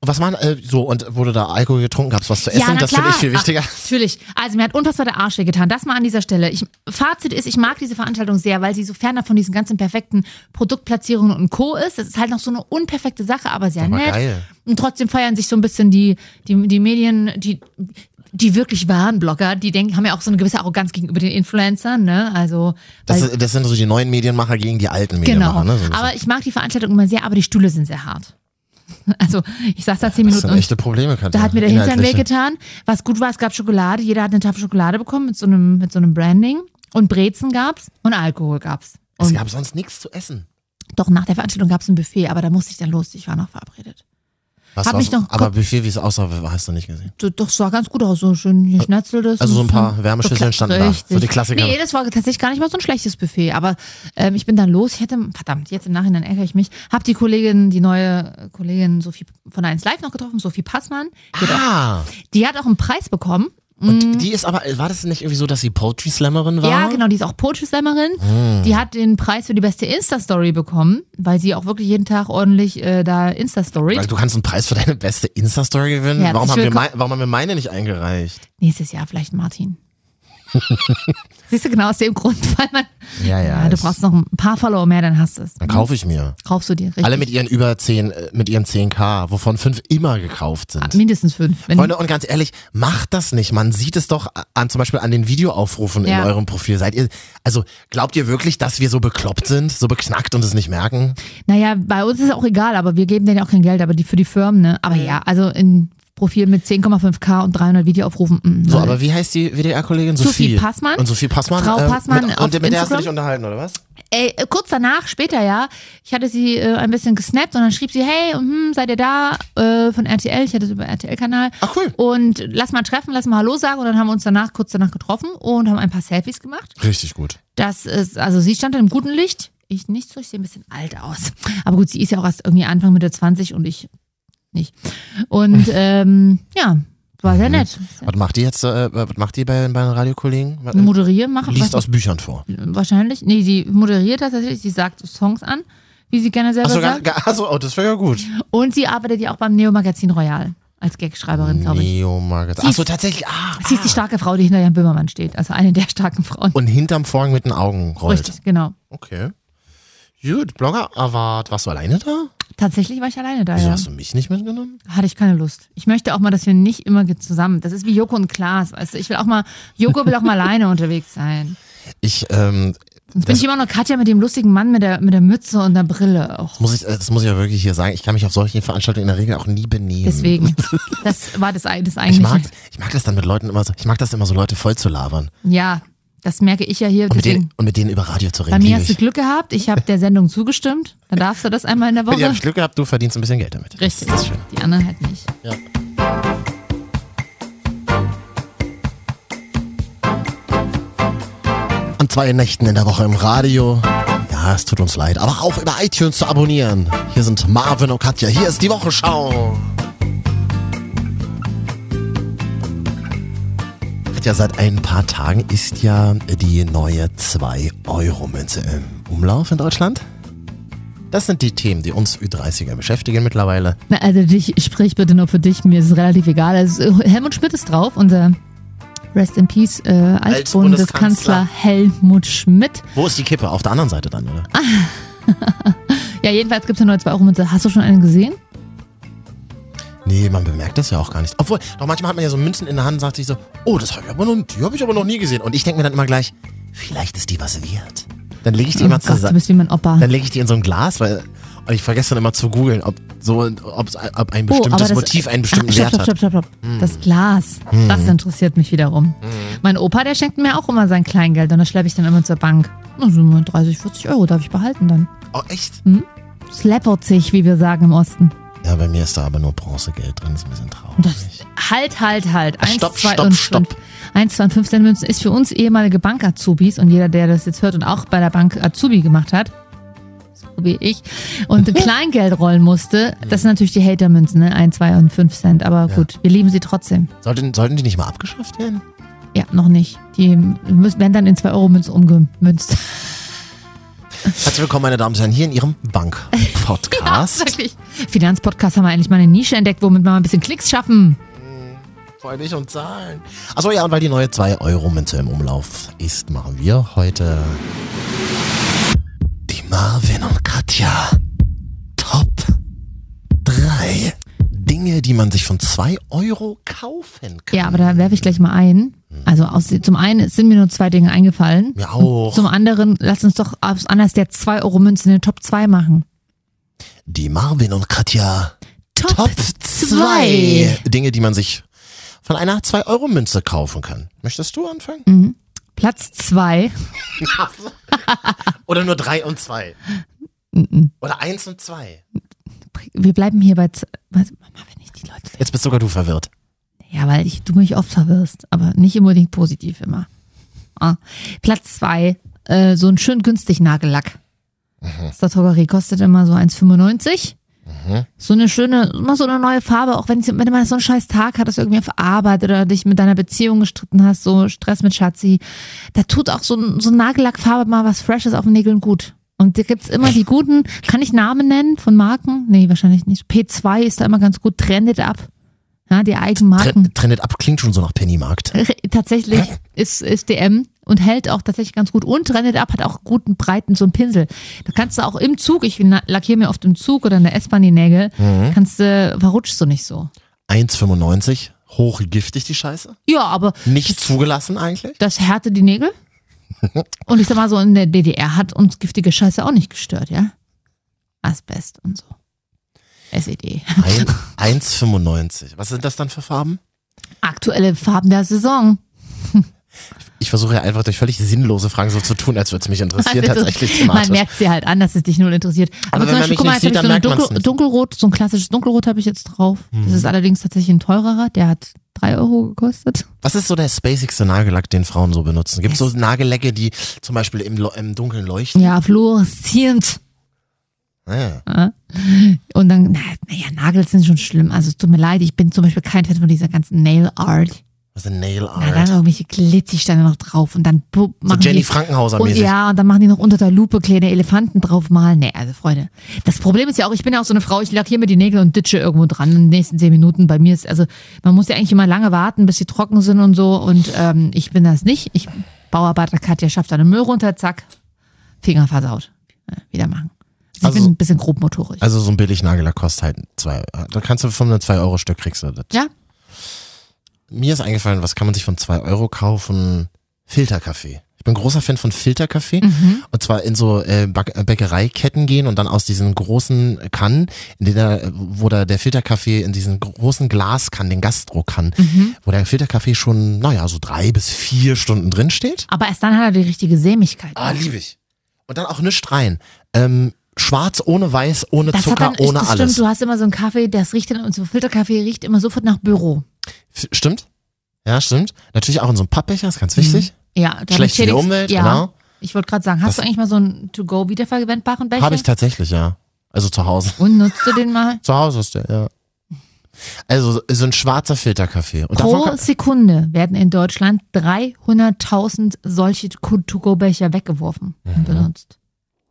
was man, äh, so, und wurde da Alkohol getrunken, gab es was zu essen?
na
das finde ich viel wichtiger.
Ach, natürlich. Also mir hat unfassbar der Arsch getan. Das mal an dieser Stelle. Ich, Fazit ist, ich mag diese Veranstaltung sehr, weil sie so ferner von diesen ganzen perfekten Produktplatzierungen und Co. ist. Das ist halt noch so eine unperfekte Sache, aber sehr
Aber
nett.
geil.
Und trotzdem feiern sich so ein bisschen die, die, die Medien, die, die wirklich wahren Blogger, die denken, haben ja auch so eine gewisse Arroganz gegenüber den Influencern, ne? Also,
Das,
weil-
ist- das sind so die neuen Medienmacher gegen die alten
Genau.
Medienmacher. Ne? So ein bisschen.
aber ich mag die Veranstaltung immer sehr, aber die Stühle sind sehr hart. Also ich saß da zehn
das
Minuten
sind
und
echte Probleme, Katja.
da hat mir der Hintern
Inhaltliche.
wehgetan. Was gut war, es gab Schokolade. Jeder hat eine Tafel Schokolade bekommen mit so einem, mit so einem Branding. Und Brezen gab's und Alkohol gab's.
Es
Und
gab sonst nichts zu essen.
doch nach der Veranstaltung gab's ein Buffet, aber da musste ich dann los. Ich war noch verabredet.
Was
Hab
war's-
ich noch
aber
geguckt.
Buffet, wie es aussah, hast du nicht gesehen.
So, Doch, es sah ganz gut aus. So schön geschnetzeltes.
Also so ein
und
paar Wärmeschüsseln
gekla-
standen da.
Richtig.
So die Klassiker.
Nee, das war tatsächlich gar nicht mal so ein schlechtes Buffet. Aber ähm, ich bin dann los. Ich hätte, verdammt, jetzt im Nachhinein ärgere ich mich. Hab die Kollegin, die neue Kollegin Sophie von 1 Live noch getroffen, Sophie Passmann. Die hat auch,
ah,
die hat auch einen Preis bekommen.
und die ist aber, war das nicht irgendwie so, dass sie Poetry Slammerin war?
Mhm. Ja, genau, die ist auch Poetry-Slammerin.
Hm.
Die hat den Preis für die beste Insta-Story bekommen, weil sie auch wirklich jeden Tag ordentlich äh, da Insta-Story.
Weil du kannst einen Preis für deine beste Insta-Story gewinnen.
Herzlich
warum, haben wir
willkommen.
mei- warum haben wir meine nicht eingereicht?
Nächstes Jahr vielleicht Martin. Siehst du, genau aus dem Grund, weil man.
Ja, ja,
du
ich-
brauchst noch ein paar Follower mehr, dann hast du es.
Dann kaufe ich mir.
Kaufst du dir richtig.
Alle mit ihren über 10, äh, mit ihren 10k, wovon fünf immer gekauft sind.
Mindestens fünf. Wenn
Freunde, und ganz ehrlich, macht das nicht. Man sieht es doch an, zum Beispiel an den Videoaufrufen
Ja.
in eurem Profil. Seid ihr, also glaubt ihr wirklich, dass wir so bekloppt sind, so beknackt und es nicht merken?
Naja, bei uns ist es auch egal, aber wir geben denen ja auch kein Geld, aber die für die Firmen, ne? Aber ja, also ein Profil mit 10,5k und 300 Videoaufrufen. mm,
So,
lol.
aber wie heißt die WDR-Kollegin?
Sophie
Sophie,
Passmann?
Und Sophie Passmann. ähm,
Frau Passmann
Mit,
auf
und mit der hast du
Instagram?
dich unterhalten, oder was?
Ey, äh, kurz danach, später ja, ich hatte sie äh, ein bisschen gesnappt und dann schrieb sie, hey, hm, seid ihr da äh, von RTL? Ich hatte es über RTL-Kanal.
Ach, cool.
Und lass mal treffen, lass mal Hallo sagen und dann haben wir uns danach kurz danach getroffen und haben ein paar Selfies gemacht.
Richtig gut.
Das ist, also sie stand in einem guten Licht. Ich nicht so, ich sehe ein bisschen alt aus. Aber gut, sie ist ja auch erst irgendwie Anfang Mitte 20 und ich nicht. Und ähm, ja, war
Mhm.
sehr nett.
Was macht die jetzt, äh, was macht die bei, bei den Radiokollegen? Was-
Moderieren machen.
Liest aus Büchern vor.
wahrscheinlich. Nee, sie moderiert tatsächlich, sie sagt Songs an, wie sie gerne selber
Achso,
sagt.
also, oh, das wäre ja gut.
Und sie arbeitet ja auch beim Neo Magazin Royal als Gagschreiberin, glaube ich.
Neo-Magazin. Achso, tatsächlich. Ah,
Sie ist die starke Frau, die hinter Jan Böhmermann steht. Also eine der starken Frauen.
und hinterm Vorhang mit den Augen rollt.
Richtig, genau.
Okay. Gut, Blogger Award. Warst du alleine da?
Tatsächlich war ich alleine da.
Wieso
Ja.
hast du mich nicht mitgenommen?
Hatte ich keine Lust. Ich möchte auch mal, dass wir nicht immer ge- zusammen. Das ist wie Joko und Klaas, weißt du. Ich will auch mal, Joko will auch mal alleine unterwegs sein.
Ich, ähm,
Sonst bin
Das-
ich immer noch Katja mit dem lustigen Mann mit der, mit der Mütze und der Brille auch.
muss ich, äh, das muss ich ja wirklich hier sagen. Ich kann mich auf solchen Veranstaltungen in der Regel auch nie benehmen.
Deswegen. Das war das, ei- das
Ich
eigentliche.
mag, ich mag das dann mit Leuten immer so, ich mag das immer so Leute voll zu labern.
Ja, das merke ich ja hier.
Und mit, denen,
Deswegen.
und mit denen über Radio zu
Bei
reden.
mir
liebe
hast du
ich.
Glück gehabt. Ich habe der Sendung zugestimmt. Dann darfst du das einmal in der
Mit dir hab
Woche.
ich Glück gehabt, du verdienst ein bisschen Geld damit.
Richtig.
Das ist schön.
Die anderen halt nicht.
Ja. An zwei Nächten in der Woche im Radio. Ja, es tut uns leid, aber auch über iTunes zu abonnieren. Hier sind Marvin und Katja. Hier ist die Wochenschau. Katja, seit ein paar Tagen ist ja die neue 2-Euro-Münze im Umlauf in Deutschland. Das sind die Themen, die uns Ü30er beschäftigen mittlerweile.
Na, also dich, ich sprich bitte nur für dich, mir ist es relativ egal. Also, äh, Helmut Schmidt ist drauf, unser Rest in Peace äh, Altbundeskanzler
Altbundeskanzler.
Helmut Schmidt.
Wo ist die Kippe? Auf der anderen Seite dann, oder?
Ah. Ja, jedenfalls gibt es eine neue 2 euro münze Hast du schon einen gesehen?
Nee, man bemerkt das ja auch gar nicht. Obwohl, doch manchmal hat man ja so Münzen in der Hand und sagt sich so, oh, das habe ich, aber noch- die hab ich aber noch nie gesehen. Und ich denke mir dann immer gleich, vielleicht ist die was wert. Dann lege ich die
oh
immer
Gott, du
zusammen.
bist wie mein Opa.
Dann lege ich die in so ein Glas, weil und ich vergesse dann immer zu googeln, ob, so, ob's- ob ein
Oh, aber
bestimmtes
das-
Motiv einen
Ach,
bestimmten
stopp,
Wert
stopp,
hat. Hm.
stopp, stopp, stopp. Das Glas, das interessiert mich wiederum. Mein Opa, der schenkt mir auch immer sein Kleingeld und das schleppe ich dann immer zur Bank. Also mal 30, 40 Euro darf ich behalten dann.
Oh, echt?
Hm. Es läppert sich, wie wir sagen im Osten.
Ja, bei mir ist da aber nur Bronzegeld drin, ist ein bisschen traurig.
Das, halt, halt, halt. Eins,
stopp,
zwei
stopp,
und
stopp.
fünf. Eins, zwei und fünf Cent Münzen ist für uns ehemalige Bank-Azubis und jeder, der das jetzt hört und auch bei der Bank Azubi gemacht hat, so wie ich, und Kleingeld rollen musste, das sind natürlich die Hater-Münzen, ne? Ein, zwei und fünf Cent. Aber gut, wir lieben sie trotzdem.
Sollten, sollten die nicht mal abgeschafft werden?
Ja, noch nicht. Die müssen, werden dann in zwei Euro Münzen umgemünzt.
Herzlich willkommen, meine Damen und Herren, hier in Ihrem Bank-Podcast.
Ja, wirklich. Finanzpodcast haben wir eigentlich mal eine Nische entdeckt, womit wir mal ein bisschen Klicks schaffen.
Vor allem nicht und Zahlen. Achso, ja, und weil die neue 2-Euro-Münze im Umlauf ist, machen wir heute die Marvin und Katja Top 3 Dinge, die man sich von 2 Euro kaufen kann.
Ja, aber da werfe ich gleich mal ein.
Hm.
Also aus, zum einen sind mir nur zwei Dinge eingefallen.
Mir auch.
Und Zum anderen, lass uns doch aus anders der 2-Euro-Münze in den Top 2 machen.
Die Marvin und Katja
Top,
Top 2
zwei.
Dinge, die man sich von einer 2-Euro-Münze kaufen kann. Möchtest du anfangen?
Platz 2.
Oder nur 3 und 2? Oder 1 und 2?
Wir bleiben hier bei. z- Was, Mama, wenn ich die Leute.
Jetzt bist sogar du verwirrt.
Ja, weil ich, du mich oft verwirrst, aber nicht unbedingt positiv immer. Ah. Platz 2, äh, so ein schön günstig Nagellack. Aus der Drogerie kostet immer so 1,95. So eine schöne, immer so eine neue Farbe, auch wenn, wenn man so einen scheiß Tag hat, dass du irgendwie auf Arbeit oder dich mit deiner Beziehung gestritten hast, so Stress mit Schatzi, da tut auch so, ein- so eine Nagellackfarbe mal was Freshes auf den Nägeln gut. Und da gibt's immer die guten, kann ich Namen nennen von Marken? Nee, wahrscheinlich nicht. P2 ist da immer ganz gut, trendet ab. Ja, die Eigenmarken.
Tren- Trendet ab klingt schon so nach Pennymarkt.
tatsächlich ist, ist DM und hält auch tatsächlich ganz gut und rennt ab, hat auch guten breiten so einen Pinsel. Da kannst du auch im Zug, ich na- lackiere mir oft im Zug oder in der S-Bahn die Nägel, kannst du, verrutschst du nicht so.
1,95, hochgiftig die Scheiße.
Ja, aber
Nicht zugelassen eigentlich.
das härte die Nägel. Und ich sag mal so, in der DDR hat uns giftige Scheiße auch nicht gestört, ja? Asbest und so. E SED.
Ein- 1,95. Was sind das dann für Farben?
Aktuelle Farben der Saison.
Ich versuche ja einfach durch völlig sinnlose Fragen so zu tun, als würde es mich interessieren,
Also,
tatsächlich
man
thematisch.
merkt sie halt an, dass es dich null interessiert.
Aber
Aber, zum
wenn man
Beispiel,
mich
guck mal,
nicht
jetzt
sieht,
habe ich so ein
dann merkt man's
Dunkel,
nicht. Hm.
dunkelrot, so ein klassisches dunkelrot habe ich jetzt drauf. Das ist allerdings tatsächlich ein teurerer, der hat drei Euro gekostet.
Was ist so der spacigste Nagellack, den Frauen so benutzen? Gibt es so Nagellecke, die zum Beispiel im, Lo- im Dunkeln leuchten? Ah,
Ja, fluoreszierend.
Ja.
Und dann, naja, na ja, Nagel sind schon schlimm. Also es tut mir leid, ich bin zum Beispiel kein Fan von dieser ganzen Nail Art.
Was ist ein Nail
Na, dann
Art?
irgendwelche Glitzersteine noch drauf und dann bu-
So
machen die-
Jenny
Und
Frankenhauser-mäßig.
ja, und dann machen die noch unter der Lupe kleine Elefanten draufmalen. Nee, also Freunde. Das Problem ist ja auch, ich bin ja auch so eine Frau, ich lackiere mir die Nägel und ditsche irgendwo dran in den nächsten zehn Minuten. Bei mir ist, also man muss ja eigentlich immer lange warten, bis sie trocken sind und so. Und ähm, ich bin das nicht. Ich Bauarbeiter Katja schafft da eine Müll runter, zack, Finger versaut. Ja, wieder machen. Also
Also-
ich bin ein bisschen grobmotorisch.
Also so ein billig Nagellack kostet halt zwei. Da kannst du von einem 2-Euro-Stück kriegst du das.
ja?
Mir ist eingefallen, was kann man sich von 2 Euro kaufen? Filterkaffee. Ich bin großer Fan von Filterkaffee.
Mhm.
Und zwar in so äh, Back äh, Bäckereiketten gehen und dann aus diesen großen Kannen, in denen, da- wo da der Filterkaffee in diesen großen Glaskannen, den Gastro-Kannen,
Mhm.
wo der Filterkaffee schon, naja, so drei bis vier Stunden drin steht.
Aber erst dann hat er die richtige Sämigkeit.
Ah, liebe ich. Und dann auch nichts rein. Ähm, schwarz ohne weiß, ohne
das
Zucker,
hat dann,
ohne
das
alles.
Stimmt, du hast immer so einen Kaffee, das riecht dann, und so Filterkaffee riecht immer sofort nach Büro.
F- Stimmt? Ja, stimmt. Natürlich auch in so einem Pappbecher, ist ganz
Mhm.
wichtig.
Ja, dann
Schlecht für die
schädigst-
Umwelt,
ja.
genau.
Ich wollte gerade sagen, hast
Das-
du eigentlich mal so einen To-Go wiederverwendbaren Becher?
Habe ich tatsächlich, ja. Also zu Hause.
Und nutzt du den mal
Zu Hause ist der, ja. Also so ein schwarzer Filterkaffee. Und davon
pro
kann,
Sekunde werden in Deutschland 300.000 solche To-Go-Becher weggeworfen und benutzt.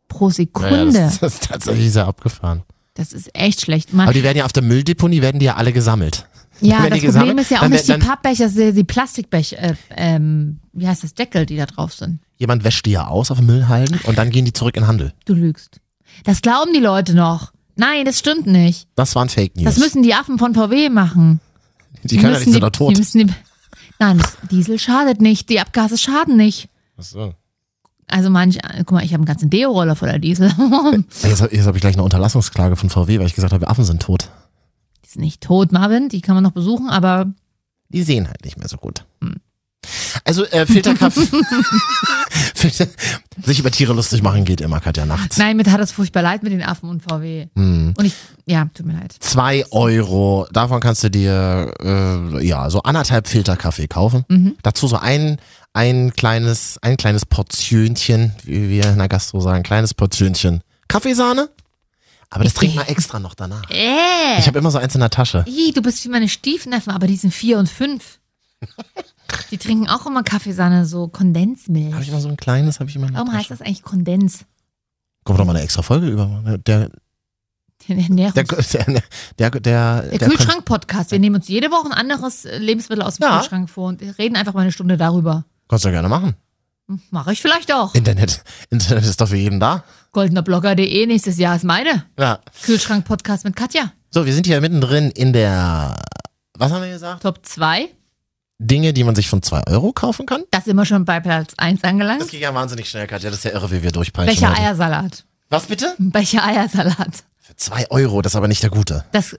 Pro
naja,
Sekunde.
Mhm. das,
das,
das ist tatsächlich sehr abgefahren.
ist echt schlecht. Man,
Aber die werden ja auf der Mülldeponie, werden die ja alle gesammelt.
ja,
wenn
das
die
Problem
gesammelt-
ist ja auch
dann
nicht die
werden- dann-
Pappbecher, sondern die Plastikbecher, äh, ähm, wie heißt das, Deckel, die da drauf sind.
Jemand wäscht die ja aus auf dem Müllhalden und dann gehen die zurück in den Handel.
Du lügst. Das glauben die Leute noch. Nein, das stimmt nicht.
Das waren Fake News.
Das müssen die Affen von VW machen.
die können ja
müssen
nicht so da tot.
Die müssen die, nein, das Diesel schadet nicht, die Abgase schaden nicht.
Ach so.
Also manch, guck mal, ich habe einen ganzen Deo-Roller voller Diesel. die
Jetzt, hab- jetzt habe ich gleich eine Unterlassungsklage von VW, weil ich gesagt habe, Affen sind tot.
sind nicht tot, Marvin, die kann man noch besuchen, aber
Die sehen halt nicht mehr so gut.
Hm.
Also äh, Filterkaffee. Filter sich über Tiere lustig machen geht immer, Katja, nachts.
nein, mir hat das furchtbar leid mit den Affen und VW.
Hm.
Und ich, ja, tut mir leid.
2 Euro, davon kannst du dir äh, ja so anderthalb Filter Kaffee kaufen.
Mhm.
Dazu so ein, ein kleines, ein kleines Portionchen, wie wir in der Gastro sagen, kleines Portionchen Kaffeesahne. Aber das trinkt man extra noch danach.
Äh,
Ich habe immer so eins in der Tasche.
ih, du bist wie meine Stiefneffen, aber die sind vier und fünf. Die trinken auch immer Kaffeesahne, so
Habe ich
Kondensmilch.
immer so ein kleines, habe ich immer in der
Warum heißt
Tasche.
das eigentlich Kondens?
Kommt doch mal eine extra Folge über. Der,
Den Ernährungs-
der, der, der, der,
Der Kühlschrank-Podcast. Wir nehmen uns jede Woche ein anderes Lebensmittel aus dem
Ja.
Kühlschrank vor und reden einfach mal eine Stunde darüber.
Kannst du ja gerne machen.
Hm, Mache ich vielleicht auch.
Internet, Internet ist doch für jeden da.
Goldenerblogger.de nächstes Jahr ist meine.
Ja.
Kühlschrank-Podcast mit Katja.
So, wir sind hier mittendrin in der, was haben wir gesagt?
Top 2.
Dinge, die man sich von 2 Euro kaufen kann.
Das sind wir schon bei Platz 1
Das
angelangt.
ging ja wahnsinnig schnell, Katja. Das ist ja irre, wie wir durchpeitschen.
Becher
heute.
Eiersalat.
Was bitte?
Becher Eiersalat.
Für 2 Euro, das ist aber nicht der gute.
Das,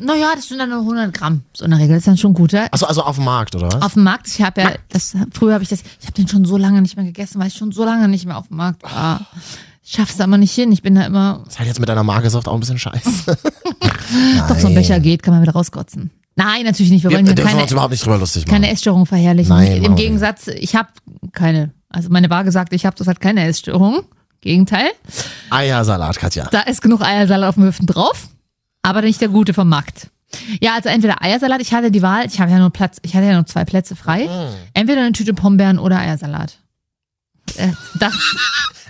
naja, das sind dann nur 100 Gramm. So in der Regel ist dann schon gut, ja?
Achso, also auf dem Markt, oder was?
Auf dem Markt, ich habe ja, das, früher habe ich das, ich habe den schon so lange nicht mehr gegessen, weil ich schon so lange nicht mehr auf dem Markt war. Ich schaffe es aber nicht hin, ich bin da immer,
Das ist halt jetzt mit deiner Magersucht auch ein bisschen scheiße.
doch so ein Becher geht, kann man wieder rauskotzen. Nein, natürlich nicht, wir
Wir
wollen
wir
hier
dürfen uns
keine,
überhaupt nicht drüber lustig machen.
keine Essstörung verherrlichen.
Nein, machen
Im
wir
Gegensatz, ich habe keine, also meine Waage sagt, ich habe das halt keine Essstörung. Gegenteil,
Eiersalat, Katja.
da ist genug Eiersalat auf dem Hüften drauf, aber nicht der gute vom Markt. Ja, also entweder Eiersalat, ich hatte die Wahl, ich habe ja nur Platz, ich hatte ja nur zwei Plätze frei.
Hm.
Entweder eine Tüte Pombeeren oder Eiersalat. Äh, das,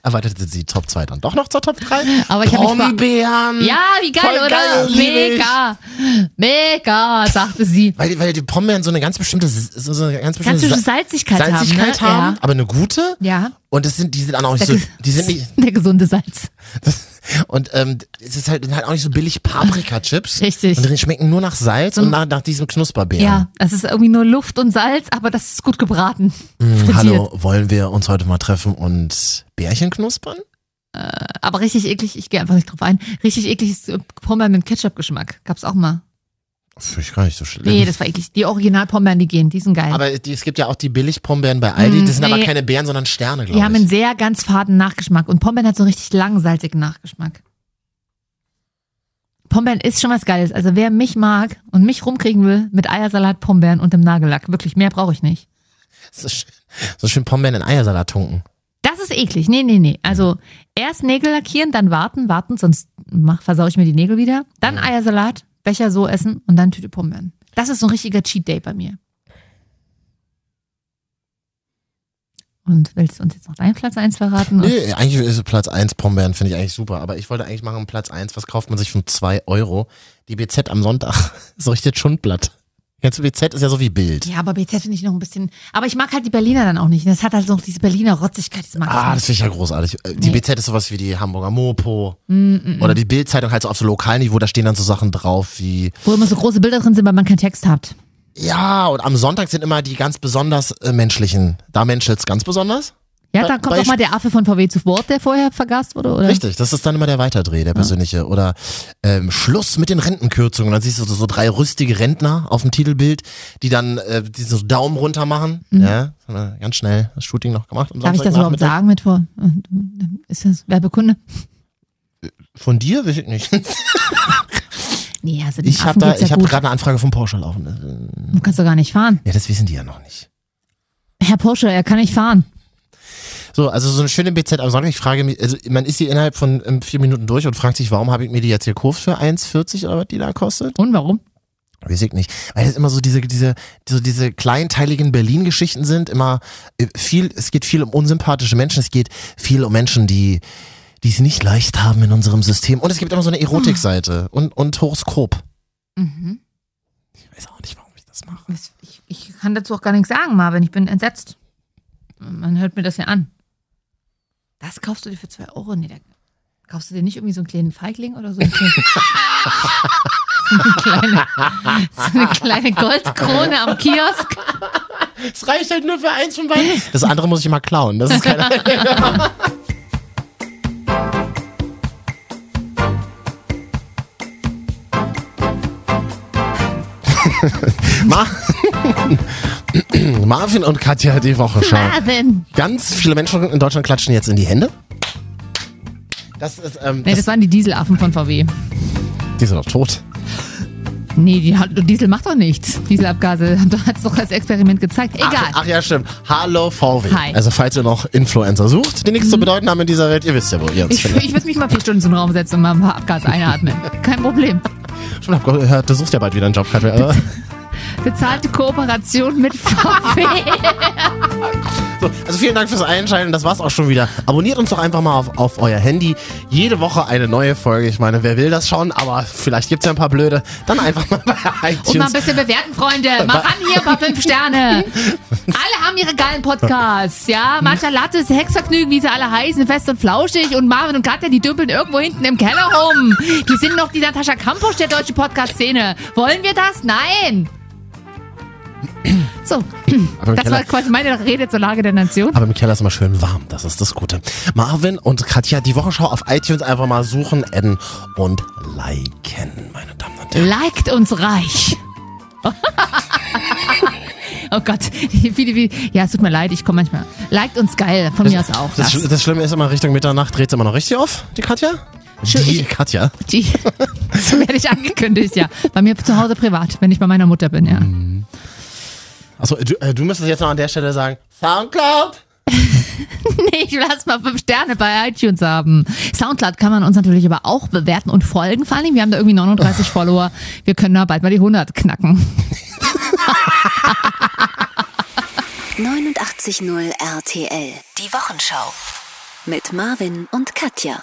Erweiterte sie Top 2 dann doch noch zur Top 3?
aber ich habe mich ver-
Brombeeren!
Ja, wie geil,
Hm. Voll
oder?
geil, lieb ich.
Mega. Mega, sagte sie.
Weil, weil die Brombeeren so eine ganz bestimmte, so so eine ganz
Ganz
bestimmte
schön
Sa-
Salzigkeit,
Salzigkeit haben,
haben. Ne?
aber eine gute.
Ja. ja.
Und das sind, die sind dann auch nicht
Der,
so,
ges-
die sind nicht,
der gesunde Salz.
und ähm, es ist halt, sind halt auch nicht so billig Paprika-Chips.
Richtig.
Und die schmecken nur nach Salz und nach, nach diesem Knusperbeeren.
Mhm. Ja, es ist irgendwie nur Luft und Salz, aber das ist gut gebraten.
Hm,
Frittiert.
hallo, wollen wir uns heute mal treffen und Bärchen knuspern?
Aber richtig eklig, ich gehe einfach nicht drauf ein. Richtig eklig ist äh, Pombeeren mit Ketchup-Geschmack. Gab's auch mal.
Finde ich gar nicht so schlimm.
Nee, das war eklig. Die Original-Pombeeren, die gehen, die sind geil.
aber die, es gibt ja auch die Billig-Pombeeren bei Aldi.
Mm,
das sind aber
nee.
keine Beeren, sondern Sterne,
die haben
glaube
einen
ich.
sehr ganz faden Nachgeschmack. Und Pombeeren hat so einen richtig langen, salzigen Nachgeschmack. Pombeeren ist schon was Geiles. Also wer mich mag und mich rumkriegen will mit Eiersalat, Pombeeren und dem Nagellack. Wirklich, mehr brauche ich nicht.
So schön, so schön Pombeeren in Eiersalat tunken.
Das ist eklig. Nee, nee, nee. Also erst Nägel lackieren, dann warten, warten, sonst mach, versau ich mir die Nägel wieder. Dann Eiersalat, Becher so essen und dann Tüte Pombeeren. Das ist so ein richtiger Cheat Day bei mir. Und willst du uns jetzt noch deinen Platz eins verraten?
Nee, eigentlich ist Platz 1 Pombeeren, finde ich eigentlich super. Aber ich wollte eigentlich machen Platz 1, was kauft man sich von 2 Euro? Die BZ am Sonntag. So richtig Schundblatt. Jetzt BZ ist ja so wie Bild.
Ja, aber BZ finde ich noch ein bisschen. Aber ich mag halt die Berliner dann auch nicht. Das hat halt so diese Berliner Rotzigkeit. Das mag
Ah,
ich
das finde ich ja großartig. Äh, Die
Nee.
BZ ist sowas wie die Hamburger Mopo
nicht. Mm, mm, mm.
oder die Bild-Zeitung halt so auf so Lokalniveau, da stehen dann so Sachen drauf wie,
Wo immer so große Bilder drin sind, weil man keinen Text hat.
ja, und am Sonntag sind immer die ganz besonders äh, menschlichen. Da menschelt's ganz besonders.
Ja,
Bei-
da kommt
bei-
auch mal der Affe von VW zu Wort, der vorher vergast wurde, oder?
Richtig, das ist dann immer der Weiterdreh, der persönliche. Oder ähm, Schluss mit den Rentenkürzungen. Dann siehst du so, so drei rüstige Rentner auf dem Titelbild, die dann äh, die so Daumen runter machen. Ja, haben wir ganz schnell das Shooting noch gemacht. am
Mhm. Darf ich das überhaupt
Samstagnachmittag.
sagen mit vor? Ist das Werbekunde?
Von dir? Weiß ich nicht.
Nee, also den
Ich habe
Affen
da,
geht's ja
ich habe
gut.
gerade eine Anfrage vom Porsche laufen.
Du kannst doch gar nicht fahren.
Ja, das wissen die ja noch nicht.
Herr Porsche, er kann nicht fahren.
So, also so eine schöne BZ am Sonntag. Ich frage mich, also man ist hier innerhalb von ähm, vier Minuten durch und fragt sich, warum habe ich mir die jetzt hier gekauft für 1,40 oder was die da kostet?
Und warum?
Weiß ich nicht. Weil das immer so diese, diese, so diese kleinteiligen Berlin-Geschichten sind. Immer äh, viel, es geht viel um unsympathische Menschen. Es geht viel um Menschen, die, die es nicht leicht haben in unserem System. Und es gibt immer so eine Erotikseite und, und Horoskop.
Mhm.
Ich weiß auch nicht, warum ich das mache.
Das- Ich, ich kann dazu auch gar nichts sagen, Marvin. Ich bin entsetzt. Man hört mir das ja an. Das kaufst du dir für zwei Euro? Nee, da kaufst du dir nicht irgendwie so einen kleinen Feigling oder so? einen kleinen- so, eine kleine, so eine kleine Goldkrone am Kiosk.
Es reicht halt nur für eins von beiden. Das andere muss ich mal klauen. Das ist keine. Ma Marvin und Katja, die Woche schauen.
Marvin.
Ganz viele Menschen in Deutschland klatschen jetzt in die Hände. Das ist, ähm,
Nee,
das,
das waren die Dieselaffen von VW.
die sind doch tot.
Nee, die, hat- Diesel macht doch nichts. Dieselabgase hat es doch als Experiment gezeigt. Egal.
Ach, ach ja, stimmt. Hallo VW.
Hi.
Also falls ihr noch Influencer sucht, die nichts zu bedeuten haben in dieser Welt, ihr wisst ja, wo ihr uns
Ich,
findet.
ich würde mich mal vier Stunden in den Raum setzen und mal ein paar Abgas einatmen. Kein Problem.
Schon hab gehört, du suchst ja bald wieder einen Job, Katja. aber-
Bezahlte Kooperation mit VW.
So, also Also vielen Dank fürs Einschalten. Das war's auch schon wieder. Abonniert uns doch einfach mal auf, auf euer Handy. Jede Woche eine neue Folge. Ich meine, wer will das schon? Aber vielleicht gibt's ja ein paar Blöde. Dann einfach mal bei iTunes.
Und mal ein bisschen bewerten, Freunde. Mal ran hier, ein paar fünf Sterne. Alle haben ihre geilen Podcasts, ja. Matcha Latte, das Hexvergnügen, wie sie alle heißen, fest und flauschig. Und Marvin und Katja, die dümpeln irgendwo hinten im Keller rum. Die sind noch die Natascha Kampusch der deutschen Podcast-Szene. Wollen wir das? Nein. So,
Aber im
das
Keller-
war quasi meine Rede zur Lage der Nation.
Aber im Keller ist immer schön warm, das ist das Gute. Marvin und Katja, die Wochenschau auf iTunes einfach mal suchen, adden und liken, meine Damen und Herren.
Liked uns reich. oh Gott, wie, wie, ja, es tut mir leid, ich komme manchmal. Liked uns geil, von mir aus auch.
Das,
Das.
Sch- das Schlimme ist immer, Richtung Mitternacht dreht immer noch richtig auf, die Katja.
Schön,
die
ich-
Katja.
Die, so werde ich angekündigt, ja. Bei mir zu Hause privat, wenn ich bei meiner Mutter bin, ja.
Achso, du, äh, du müsstest jetzt noch an der Stelle sagen, Soundcloud.
Nee, ich lass mal fünf Sterne bei iTunes haben. Soundcloud kann man uns natürlich aber auch bewerten und folgen. Vor allem, wir haben da irgendwie 39 Follower. Wir können da bald mal die 100 knacken.
89.0 RTL. Die Wochenschau. Mit Marvin und Katja.